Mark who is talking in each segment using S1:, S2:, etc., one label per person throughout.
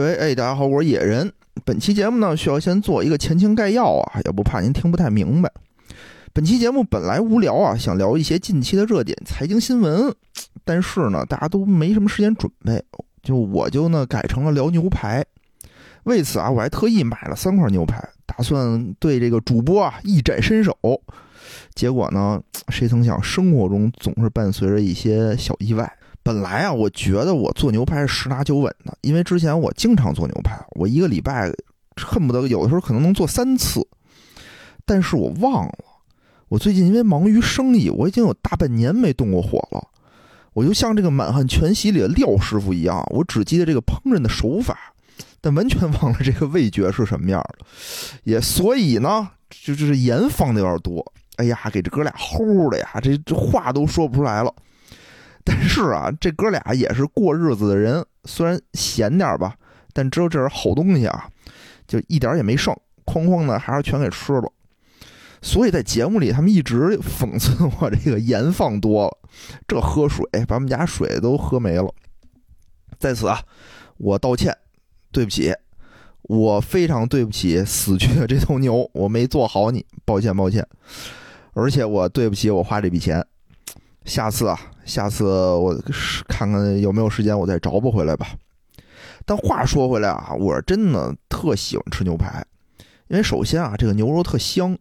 S1: 喂，哎，大家好，我是野人。本期节目呢，需要先做一个前情概要啊，要不怕您听不太明白。本期节目本来无聊啊，想聊一些近期的热点财经新闻，但是呢，大家都没什么时间准备，就我就呢改成了聊牛排。为此啊，我还特意买了三块牛排，打算对这个主播啊一展身手。结果呢，谁曾想生活中总是伴随着一些小意外。本来啊，我觉得我做牛排是十拿九稳的，因为之前我经常做牛排，我一个礼拜恨不得有的时候可能能做三次，但是我忘了，我最近因为忙于生意，我已经有大半年没动过火了。我就像这个《满汉全席》里的廖师傅一样，我只记得这个烹饪的手法，但完全忘了这个味觉是什么样的。也所以呢，就就是盐放的有点多，哎呀，给这哥俩齁的呀，这这话都说不出来了。但是啊，这哥俩也是过日子的人，虽然闲点儿吧，但知道这是好东西啊，就一点儿也没剩，哐哐的还是全给吃了。所以在节目里，他们一直讽刺我这个盐放多了，这喝水把我们家水都喝没了。在此啊，我道歉，对不起，我非常对不起死去的这头牛，我没做好你，抱歉抱歉，而且我对不起我花这笔钱，下次啊，下次我是看看有没有时间，我再找补回来吧。但话说回来啊，我是真的特喜欢吃牛排，因为首先啊，这个牛肉特香，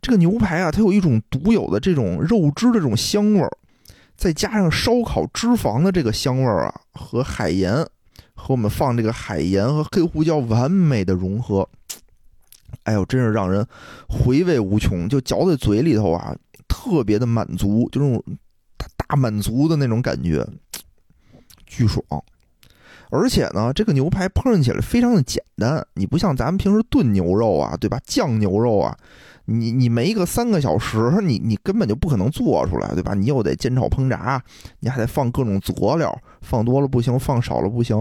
S1: 这个牛排啊，它有一种独有的这种肉汁的这种香味儿，再加上烧烤脂肪的这个香味儿啊，和海盐和我们放这个海盐和黑胡椒完美的融合，哎呦，真是让人回味无穷，就嚼在嘴里头啊，特别的满足，就那种大大满足的那种感觉，巨爽。而且呢，这个牛排烹饪起来非常的简单，你不像咱们平时炖牛肉啊，对吧？酱牛肉啊，你你没个三个小时，你你根本就不可能做出来，对吧？你又得煎炒烹炸，你还得放各种佐料，放多了不行，放少了不行，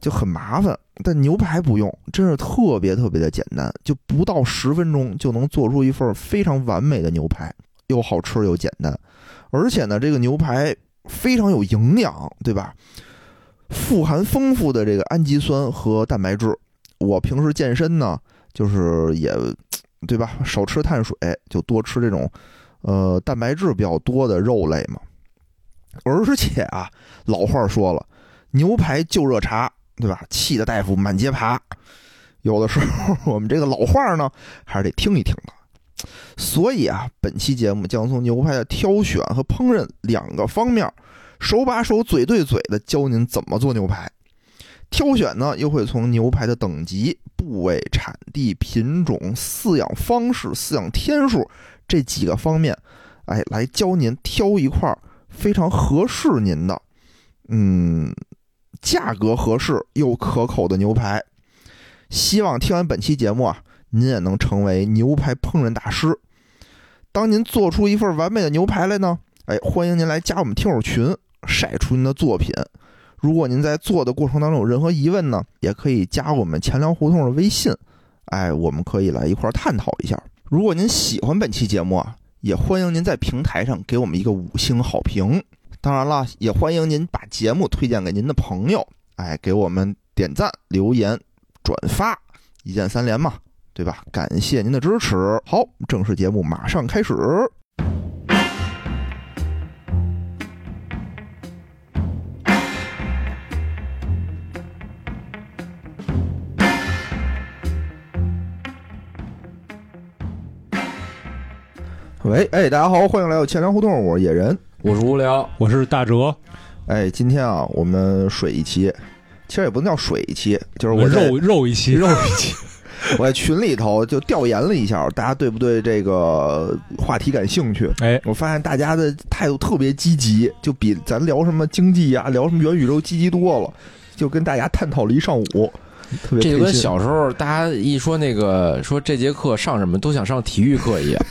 S1: 就很麻烦。但牛排不用，真是特别特别的简单，就不到十分钟就能做出一份非常完美的牛排，又好吃又简单。而且呢，这个牛排非常有营养，对吧？富含丰富的这个氨基酸和蛋白质。我平时健身呢，就是也，对吧？少吃碳水，就多吃这种，呃，蛋白质比较多的肉类嘛。而且啊，老话说了，牛排就热茶，对吧？气得大夫满街爬。有的时候我们这个老话呢，还是得听一听的。所以啊，本期节目将从牛排的挑选和烹饪两个方面，手把手、嘴对嘴的教您怎么做牛排。挑选呢，又会从牛排的等级、部位、产地、品种、饲养方式、饲养天数这几个方面，哎，来教您挑一块非常合适您的，嗯，价格合适又可口的牛排。希望听完本期节目啊，您也能成为牛排烹饪大师。当您做出一份完美的牛排来呢，哎，欢迎您来加我们听友群，晒出您的作品。如果您在做的过程当中有任何疑问呢，也可以加我们钱粮胡同的微信，哎，我们可以来一块儿探讨一下。如果您喜欢本期节目啊，也欢迎您在平台上给我们一个五星好评。当然了，也欢迎您把节目推荐给您的朋友，哎，给我们点赞、留言、转发，一键三连嘛，对吧？感谢您的支持。好，正式节目马上开始。喂，哎，大家好，欢迎来到钱粮胡同，我是野人。
S2: 我是无聊，
S3: 我是大哲，
S1: 哎，今天啊，我们水一期，其实也不能叫水一期，就是我在
S3: 肉肉一期，肉一期，
S1: 我在群里头就调研了一下，大家对不对这个话题感兴趣？
S3: 哎，
S1: 我发现大家的态度特别积极，就比咱聊什么经济呀、聊什么元宇宙积极多了，就跟大家探讨了一上午，特别
S2: 这就
S1: 开
S2: 跟
S1: 心
S2: 小时候大家一说那个说这节课上什么都想上体育课一样。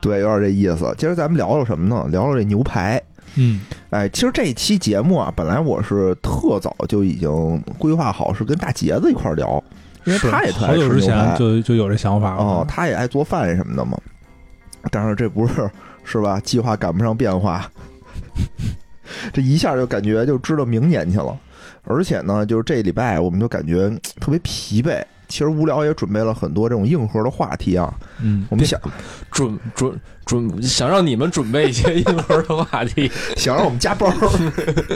S1: 对，有点这意思。今儿咱们聊聊什么呢？聊聊这牛排。
S3: 嗯，
S1: 哎，其实这期节目啊，本来我是特早就已经规划好是跟大杰子一块儿聊，因为
S3: 是
S1: 他也特爱
S3: 好
S1: 吃
S3: 久之
S1: 牛排
S3: 前。就就有这想法了。
S2: 嗯
S1: 哦，他也爱做饭什么的嘛。但是这不是是吧？计 划赶不上变化，这一下就感觉就知道明年去了。而且呢，就是这礼拜我们就感觉嗯特别疲惫。其实无聊也准备了很多这种硬核的话题啊，
S3: 嗯，
S1: 我们想
S2: 准准准，想让你们准备一些硬核的话题，
S1: 想让我们加班儿，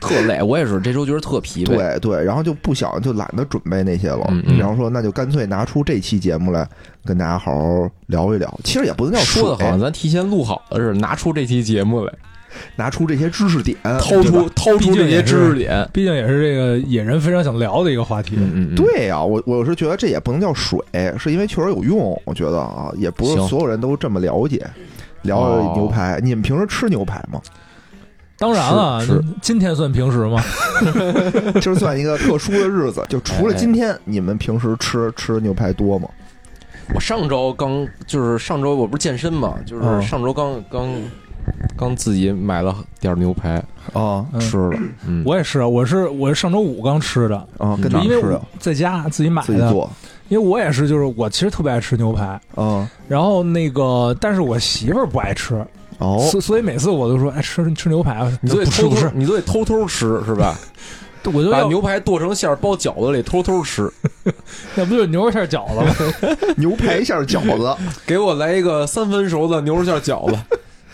S2: 特累。我也是，这周觉得特 疲惫。
S1: 对对，然后就不想就懒得准备那些了
S2: 嗯，嗯
S1: 然后说那就干脆拿出这期节目来跟大家好好聊一聊。其实也不能叫
S2: 说的好
S1: 水
S3: 哎
S2: 像咱提前录好了似的，拿出这期节目来，
S1: 哎拿出这些知识点，
S2: 掏
S1: 对吧
S2: 出掏
S3: 毕
S2: 出
S3: 竟
S2: 这些
S3: 也
S2: 知
S3: 是
S2: 识点。
S3: 毕竟也是这个野人非常想聊的一个话题。
S2: 嗯嗯，
S1: 对呀、我我是觉得这也不能叫水，是因为确实有用。我觉得啊，也不是
S2: 行
S1: 所有人都这么了解。聊
S2: 哦
S1: 牛排，你们平时吃牛排吗？
S3: 当然了
S2: 是是，
S3: 今天算平时吗？
S1: 今儿算一个特殊的日子， 就除了
S3: 哎
S1: 今天，你们平时吃吃牛排多吗？
S2: 我上周刚就是上周我不是健身嘛，就
S3: 嗯
S2: 是上周刚刚刚自己买了点儿牛排
S1: 啊
S3: 嗯
S2: 吃了，嗯，
S3: 我也是，我是我是上周五刚吃的，
S1: 啊，跟
S2: 嗯
S1: 哪儿
S3: 因为
S1: 吃的
S3: 我？在家自己买
S1: 自己
S3: 的，
S1: 做
S3: 因为我也是，就是我其实特别爱吃牛排，
S1: 啊
S3: 然后那个但是我媳妇儿不爱吃，
S1: 哦，
S3: 所、所以每次我都说，哎，吃吃牛排啊，
S2: 你都得
S3: 不吃
S2: 偷
S3: 不
S2: 偷
S3: 吃，，
S2: 你都得偷偷吃是吧？
S3: 我就
S2: 把
S3: 要
S2: 牛排剁成馅儿包饺子里偷偷吃，
S3: 要不就是牛肉馅儿饺子吗？
S1: 牛排馅儿饺子，
S2: 给我来一个三分熟的牛肉馅儿饺子。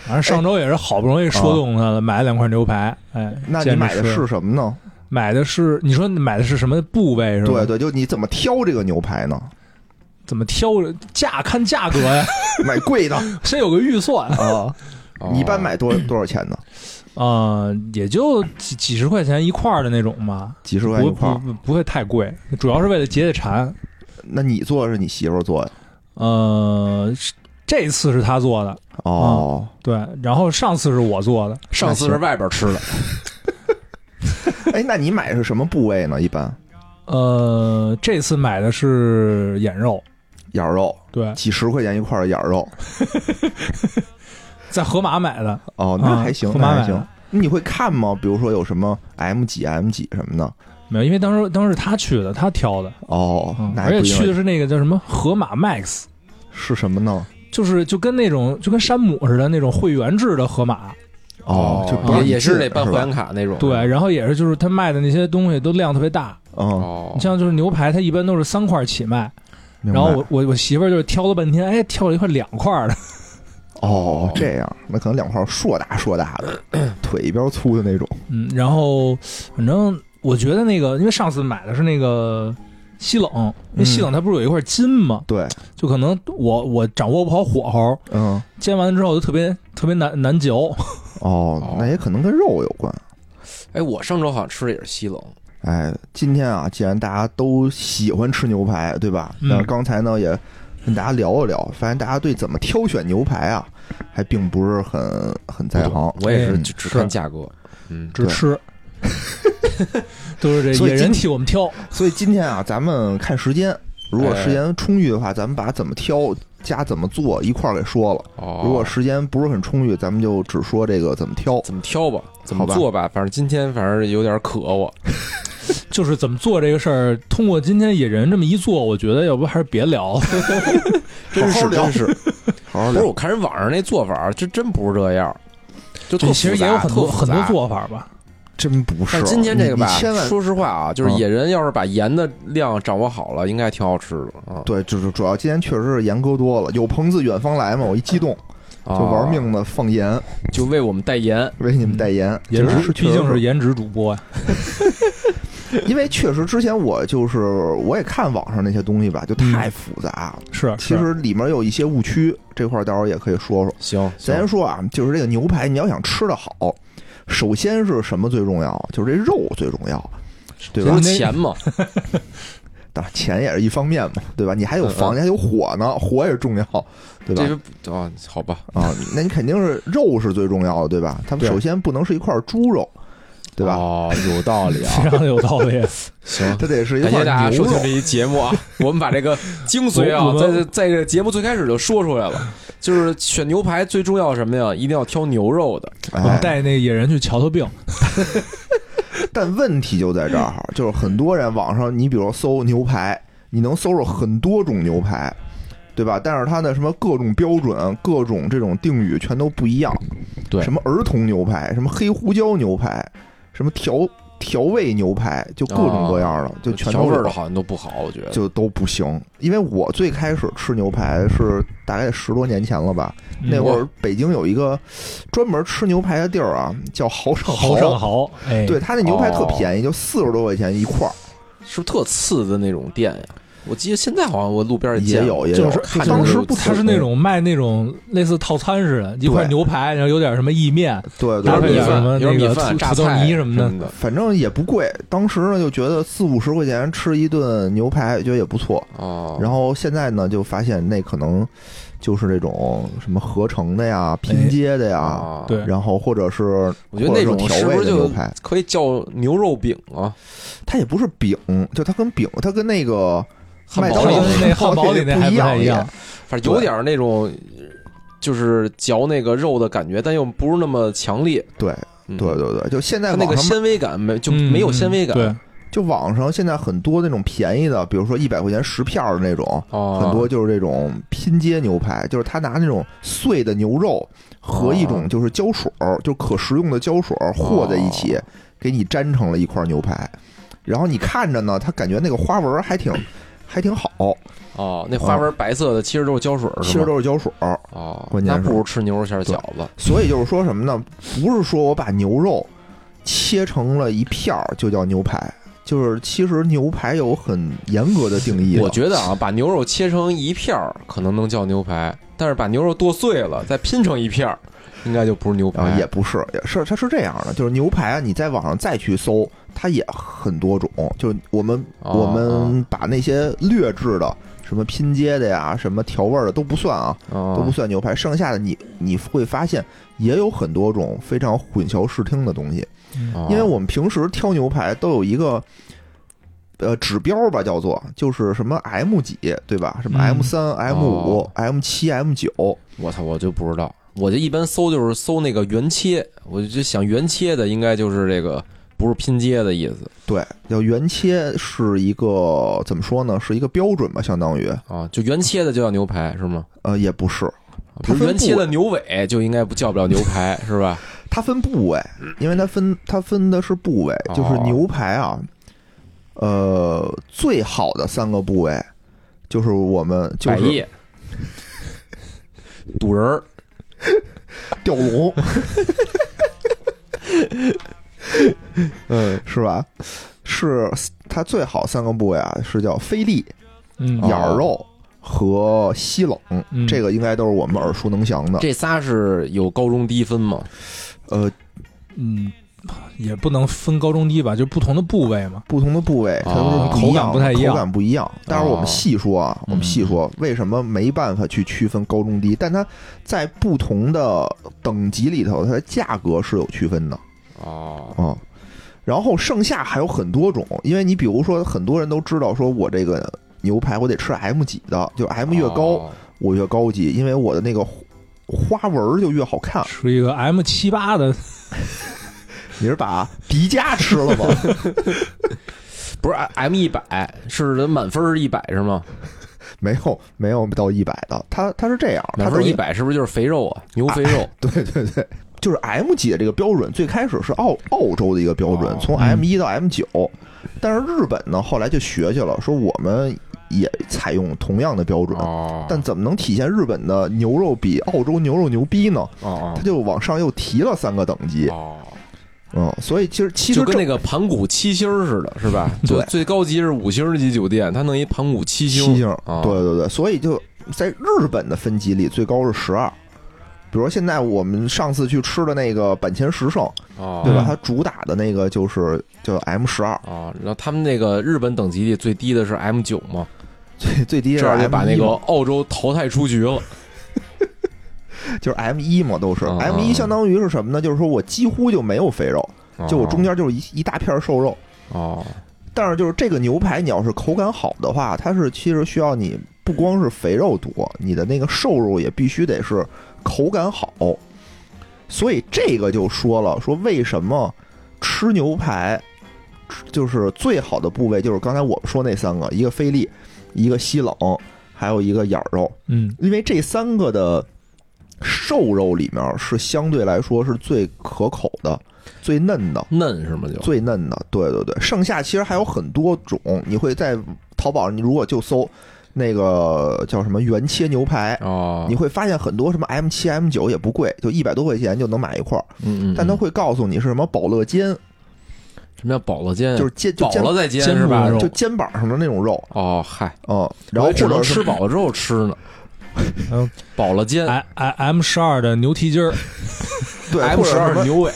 S3: 反正上周也是好不容易说动他了，买了两块牛排，哎，
S1: 嗯那你
S3: 见着
S1: 买的
S3: 吃
S1: 是什么呢？
S3: 买的是你说买的是什么部位是吧？
S1: 对，对，就你怎么挑这个牛排呢？
S3: 怎么挑价看价格呀？
S1: 买贵的
S3: 先有个预算，
S1: 啊？
S3: 哦
S1: 你 一般
S2: 哦
S1: 买 多多少钱呢？
S3: 呃，也就几几十块钱一块儿的那种吧，
S1: 几十块钱一
S3: 不
S1: 块
S3: 不
S1: 儿？
S3: 不不会太贵，主要是为了解解馋。
S1: 那你做的是你媳妇儿做的
S3: 呃，是这次是他做的，
S1: 哦？
S3: 对，然后上次是我做的，
S2: 上次是外边吃的，
S1: 哎，那你买的是什么部位呢？一般
S3: 呃，这次买的是眼肉，
S1: 眼儿肉，
S3: 对，
S1: 几十块钱一块儿的眼儿肉，在
S3: 在河马买的，
S1: 哦，那还行
S3: 啊、，河
S1: 那
S3: 马
S1: 还
S3: 买
S1: 行
S3: 的。。
S1: 你会看吗？比如说有什么 M 几 M 几什么的？
S3: 没有，因为当时当时他去的，他挑的，
S1: 哦
S3: 嗯，，
S1: 那还
S3: 而且
S1: 不
S3: 去
S1: 一
S3: 的
S1: 样
S3: 是那个叫什么河马 Max，
S1: 是什么呢？
S3: 就是就跟那种就跟山姆似的那种会员制的河马，
S1: 哦，就不让
S2: 也
S1: 你
S2: 也是
S1: 进
S2: 得办会
S1: 吧
S2: 员卡那种。
S3: 对，，然后也是就是他卖的那些东西都量特别大，
S1: 嗯，
S2: 哦
S3: 你，像就是牛排，它一般都是三块起卖，
S1: 明白
S3: 然后我我我媳妇儿就是挑了半天，哎，挑了一块两块的，
S1: 哦这样，那可能两块硕大硕大的， 腿一边粗的那种。
S3: 嗯，然后反正我觉得那个，因为上次买的是那个西冷，因
S1: 嗯
S3: 为西冷它不是有一块筋嘛，
S1: 对，
S3: 就可能我我掌握不好火候，
S1: 嗯，
S3: 煎完了之后就特别特别难难嚼，
S1: 哦
S2: 哦，
S1: 那也可能跟肉有关。
S2: 哎，我上周好像吃的也是西冷，
S1: 哎，今天啊，既然大家都喜欢吃牛排，对吧？
S3: 嗯
S1: 那刚才呢也跟大家聊了聊，发现大家对怎么挑选牛排啊，还并不是很很在行。
S2: 我也是
S1: 嗯
S2: 只只
S3: 是
S2: 看价格。嗯，
S3: 只
S1: 对
S3: 吃，都是这
S1: 所以
S3: 野人
S1: 今
S3: 替我们挑，
S1: 所以今天啊，咱们看时间，如果时间充裕的话，咱们把怎么挑加怎么做一块儿给说了。
S2: 哦，
S1: 如果时间不是很充裕，咱们就只说这个怎么挑。
S2: 怎么挑吧，怎么
S1: 好吧
S2: 做吧，反正今天反正有点渴我。
S3: 就是怎么做这个事儿。通过今天野人这么一做，我觉得要不还是别聊了，
S1: 真是
S2: 是
S1: 真
S2: 真
S1: 是，好好
S2: 不是，
S1: 聊。
S2: 我看人网上那做法儿，这真不是这样，就特
S3: 就其实也有很多很多
S2: 做。
S3: 做法吧。
S1: 真不是
S2: 但今天这个吧
S1: 你你千，万
S2: 说实话啊，就是
S1: 嗯
S2: 野人要是把盐的量掌握好了，应该挺好吃的啊。
S1: 对，就是主要今天确实是严苛多了，有朋自远方来嘛，我一激动
S2: 就
S1: 就玩，命的放盐。
S2: 啊就为我们代言。
S1: 为你们代言，
S3: 颜
S1: 其实
S3: 值
S1: 是
S3: 毕竟是颜值主播呀、
S1: 因为确实之前我就是我也看网上那些东西吧，就
S2: 嗯
S1: 太复杂了。
S3: 是
S1: 其实里面有一些误区，这块儿到时候也可以说说。
S2: 行，
S1: 咱
S2: 行
S1: 先说啊，就是这个牛排，你要想吃的好，首先是什么最重要？啊就是这肉最重要，对吧
S2: 不？是钱嘛，
S1: 当然钱也是一方面嘛，对吧？你还有
S2: 嗯嗯
S1: 房，你还有火呢，火也重要，对吧
S2: 这？个啊，好吧，
S1: 啊，那你肯定是肉是最重要的，对吧？他们
S2: 对
S1: 首先不能是一块猪肉，对吧？
S2: 哦，有道理啊。
S3: 非常有道
S1: 哎
S3: 理。
S2: 行，
S1: 它得是一
S2: 感
S1: 块
S2: 谢大家
S1: 牛
S2: 收
S1: 肉
S2: 听。这一节目啊，我们把这个精髓
S3: 我
S2: 啊
S3: 我，
S2: 在
S3: 们
S2: 在这个节目最开始就说出来了，就是选牛排最重要什么呀？一定要挑牛肉的。
S3: 我
S1: 哎
S3: 们，带那野人去瞧瞧病，
S1: 但问题就在这儿，
S2: 嗯
S1: 就是很多人网上，你比如搜牛排，你能搜着很多种牛排，对吧？但是它的什么各种标准、各种这种定语全都不一样。
S2: 对
S1: 什么儿童牛排，什么黑胡椒牛排，什么调调味牛排，就各种各样的，就全
S2: 哦调
S1: 都
S2: 味
S1: 有
S2: 儿的好像都不好，我觉得。
S1: 就都不行。因为我最开始吃牛排是大概十多年前了吧，
S2: 嗯
S1: 那
S3: 嗯
S1: 会儿北京有一个专门吃牛排的地儿啊，叫豪上
S3: 豪上豪，哎，
S1: 对，他那牛排特
S2: 哦
S1: 便宜，就四十多块钱一块儿，
S2: 是不是特次的那种店呀？我记得现在好像我路边
S1: 也有也有。
S3: 就是
S2: 看着
S1: 当时
S2: 就
S1: 不嗯
S3: 他是那种卖那种类似套餐似的，一块牛排，然后有点什么意面，
S1: 对
S3: 搭
S1: 对
S3: 配
S1: 对
S3: 点
S2: 有
S3: 什么
S2: 点
S3: 那
S2: 米
S3: 个
S2: 饭、
S3: 土
S2: 榨
S3: 土豆
S2: 菜
S3: 泥什么的
S2: 的
S1: 反正也不贵，当时呢就觉得四五十块钱吃一顿牛排，觉得也不错。
S2: 哦。
S1: 然后现在呢，就发现那可能就是这种什么合成的呀、拼接的呀，
S2: 啊，
S3: 对
S1: 然后或者是
S2: 我觉得那种
S1: 或者
S2: 是
S1: 调
S2: 不
S1: 味
S2: 是
S1: 的牛
S2: 就
S1: 排，
S2: 可以叫牛肉饼啊？
S1: 它也不是饼，就它跟饼，它跟那个
S2: 汉
S1: 麦当
S2: 堡
S3: 它
S1: 劳
S2: 里
S3: 跟那汉堡里那还
S1: 不
S3: 不太
S1: 一
S3: 一
S1: 样
S3: 样，嗯
S2: 反正有点儿那种，就是嚼那个肉的感觉，但又不是那么强烈。
S1: 对
S2: 嗯、
S1: 对对对，就现在
S2: 它那
S1: 网
S2: 个
S1: 上卖
S2: 纤维感没就
S3: 嗯
S2: 没有纤维感，
S3: 对，
S1: 就网上现在很多那种便宜的，比如说一百块钱十片儿的那种，
S2: 哦，
S1: 很多就是这种拼接牛排，就是他拿那种碎的牛肉和一
S2: 啊
S1: 种就是胶水儿，就是可食用的胶水儿和在一起，
S2: 啊
S1: 给你粘成了一块牛排。然后你看着呢，他感觉那个花纹还挺还挺好，
S2: 哦，那花纹白色的其实都是胶水儿，
S1: 其实都是胶水儿。
S2: 是吗哦，
S1: 关键
S2: 那
S1: 是
S2: 不如吃牛肉馅儿饺子。
S1: 所以就是说什么呢？不是说我把牛肉切成了一片儿就叫牛排，就是其实牛排有很严格的定义的。
S2: 我觉得啊，把牛肉切成一片儿可能能叫牛排，但是把牛肉剁碎了再拼成一片儿，应该就不是牛
S1: 啊，
S2: 排。
S1: 也不是，也是它是这样的，就是牛排啊，你在网上再去搜，它也很多种。就是我们、
S2: 哦
S1: 我们把那些劣质的，什么拼接的呀，什么调味儿的都不算啊，
S2: 哦
S1: 都不算牛排。剩下的你你会发现也有很多种非常混淆视听的东西，
S3: 嗯
S2: 哦
S1: 因为我们平时挑牛排都有一个。呃，指标吧，叫做就是什么 M 几，对吧？什么
S3: 嗯
S1: M 三、M 五
S2: 哦、
S1: M 七、M 九，
S2: 我操，我就不知道，我就一般搜就是搜那个原切，我就想原切的应该就是这个不是拼接的意思
S1: 对，叫原切是一个怎么说呢？是一个标准吧，相当于
S2: 啊，就原切的就叫牛排是吗？
S1: 呃也不是，
S2: 比
S1: 它分啊
S2: 如原切
S1: 部
S2: 的牛尾就应该不叫不了牛排是吧？
S1: 它分部位，因为它分它分的是部位，
S2: 哦
S1: 就是牛排啊，呃最好的三个部位就是我们 就
S2: 百
S1: 是
S2: 叶、肚仁儿、
S1: 吊龙，
S2: 嗯
S1: 是吧？是它最好三个部位啊，是叫菲力、
S3: 嗯，
S2: 哦
S1: 眼儿肉和西冷，
S3: 嗯
S1: 这个应该都是我们耳熟能详的。
S2: 这仨是有高中低分吗？
S1: 呃，
S3: 嗯，也不能分高中低吧，就不同的部位嘛。
S1: 不同的部位，它
S2: 哦
S1: 都是
S3: 口感不太一
S1: 一
S3: 样
S1: 口感不一样。当然，我们细说啊，我们细说为什么没办法去区分高中低，但它在不同的等级里头，它的价格是有区分的
S2: 哦，
S1: 啊。然后剩下还有很多种，因为你比如说，很多人都知道说我这个牛排我得吃 M 几的，就 M 越高、
S2: 哦
S1: 我越高级，因为我的那个花纹儿就越好看。
S3: 是一个 M 七八的，
S1: 你是把 迪迦吃了吗？
S2: 不是 M 一百是满分是一百是吗？
S1: 没有，没有到一百的，它它是这样，它
S2: 满
S1: 等
S2: 分
S1: 于
S2: 一百是不是就是肥肉啊？牛肥肉
S1: 对对对，就是 M 级的这个标准，最开始是澳澳洲的一个标准
S2: 哦，
S1: 从
S3: 嗯
S1: M 一到 M 九、但是日本呢后来就学去了，说我们也采用同样的标准，
S2: 哦
S1: 啊但怎么能体现日本的牛肉比澳洲牛肉牛逼呢？
S2: 哦
S1: 它就往上又提了三个等级，
S2: 哦，
S1: 嗯，所以其实其实
S2: 就跟那
S1: 个
S2: 个盘古七星儿似的，是吧？
S1: 对
S2: 就最高级是五星级酒店，它弄一盘古七星。
S1: 七星，
S2: 啊
S1: 对对对，所以就在日本的分级里最高是十二。比如说现在我们上次去吃的那个坂前时盛，
S2: 哦，
S1: 对吧？
S3: 嗯
S1: 它主打的那个就是叫 M 十二，
S2: 啊，然后他们那个日本等级里最低的是 M 九嘛，
S1: 最最低
S2: 这
S1: 是
S2: 样
S1: M
S2: 就把那
S1: 一
S2: 个
S1: 嘛
S2: 澳洲淘汰出局了。
S1: 就是 M 一嘛，都是
S2: 嗯嗯
S1: M 一，相当于是什么呢？就是说我几乎就没有肥肉，
S2: 啊
S1: 就我中间就是一一大片瘦肉。
S2: 哦
S1: 但是就是这个牛排，你要是口感好的话，它是其实需要你不光是肥肉多，你的那个瘦肉也必须得是口感好。所以这个就说了，说为什么吃牛排吃就是最好的部位就是刚才我们说那三个，一个菲力，一个西冷，还有一个眼儿肉。
S3: 嗯
S1: 因为这三个的瘦肉里面是相对来说是最可口的、最嫩的、
S2: 嫩是吗？就
S1: 最嫩的。对对对，剩下其实还有很多种，你会在淘宝，你如果就搜那个叫什么原切牛排。
S2: 哦，
S1: 你会发现很多什么 M 七、M 九也不贵，就一百多块钱就能买一块儿，
S2: 嗯嗯，
S1: 但它
S2: 嗯
S1: 会告诉你是什么保乐肩，
S2: 什么叫饱了煎？
S1: 就是肩就
S2: 嗯饱
S1: 肩
S2: 了再煎
S3: 煎
S2: 是吧
S3: 肉？
S1: 就肩膀上的那种肉，
S2: 哦，嗨，
S1: 嗯，然后
S2: 我只
S1: 或
S2: 能
S1: 者是嗯
S2: 吃饱了之后吃 呢。
S3: 还有
S2: 饱了
S1: 哎
S2: 煎
S3: I I 嗯哎 M 十二的牛蹄筋儿，
S1: 对
S2: ，M
S1: 或者
S2: 十
S1: 什么
S2: 二牛尾，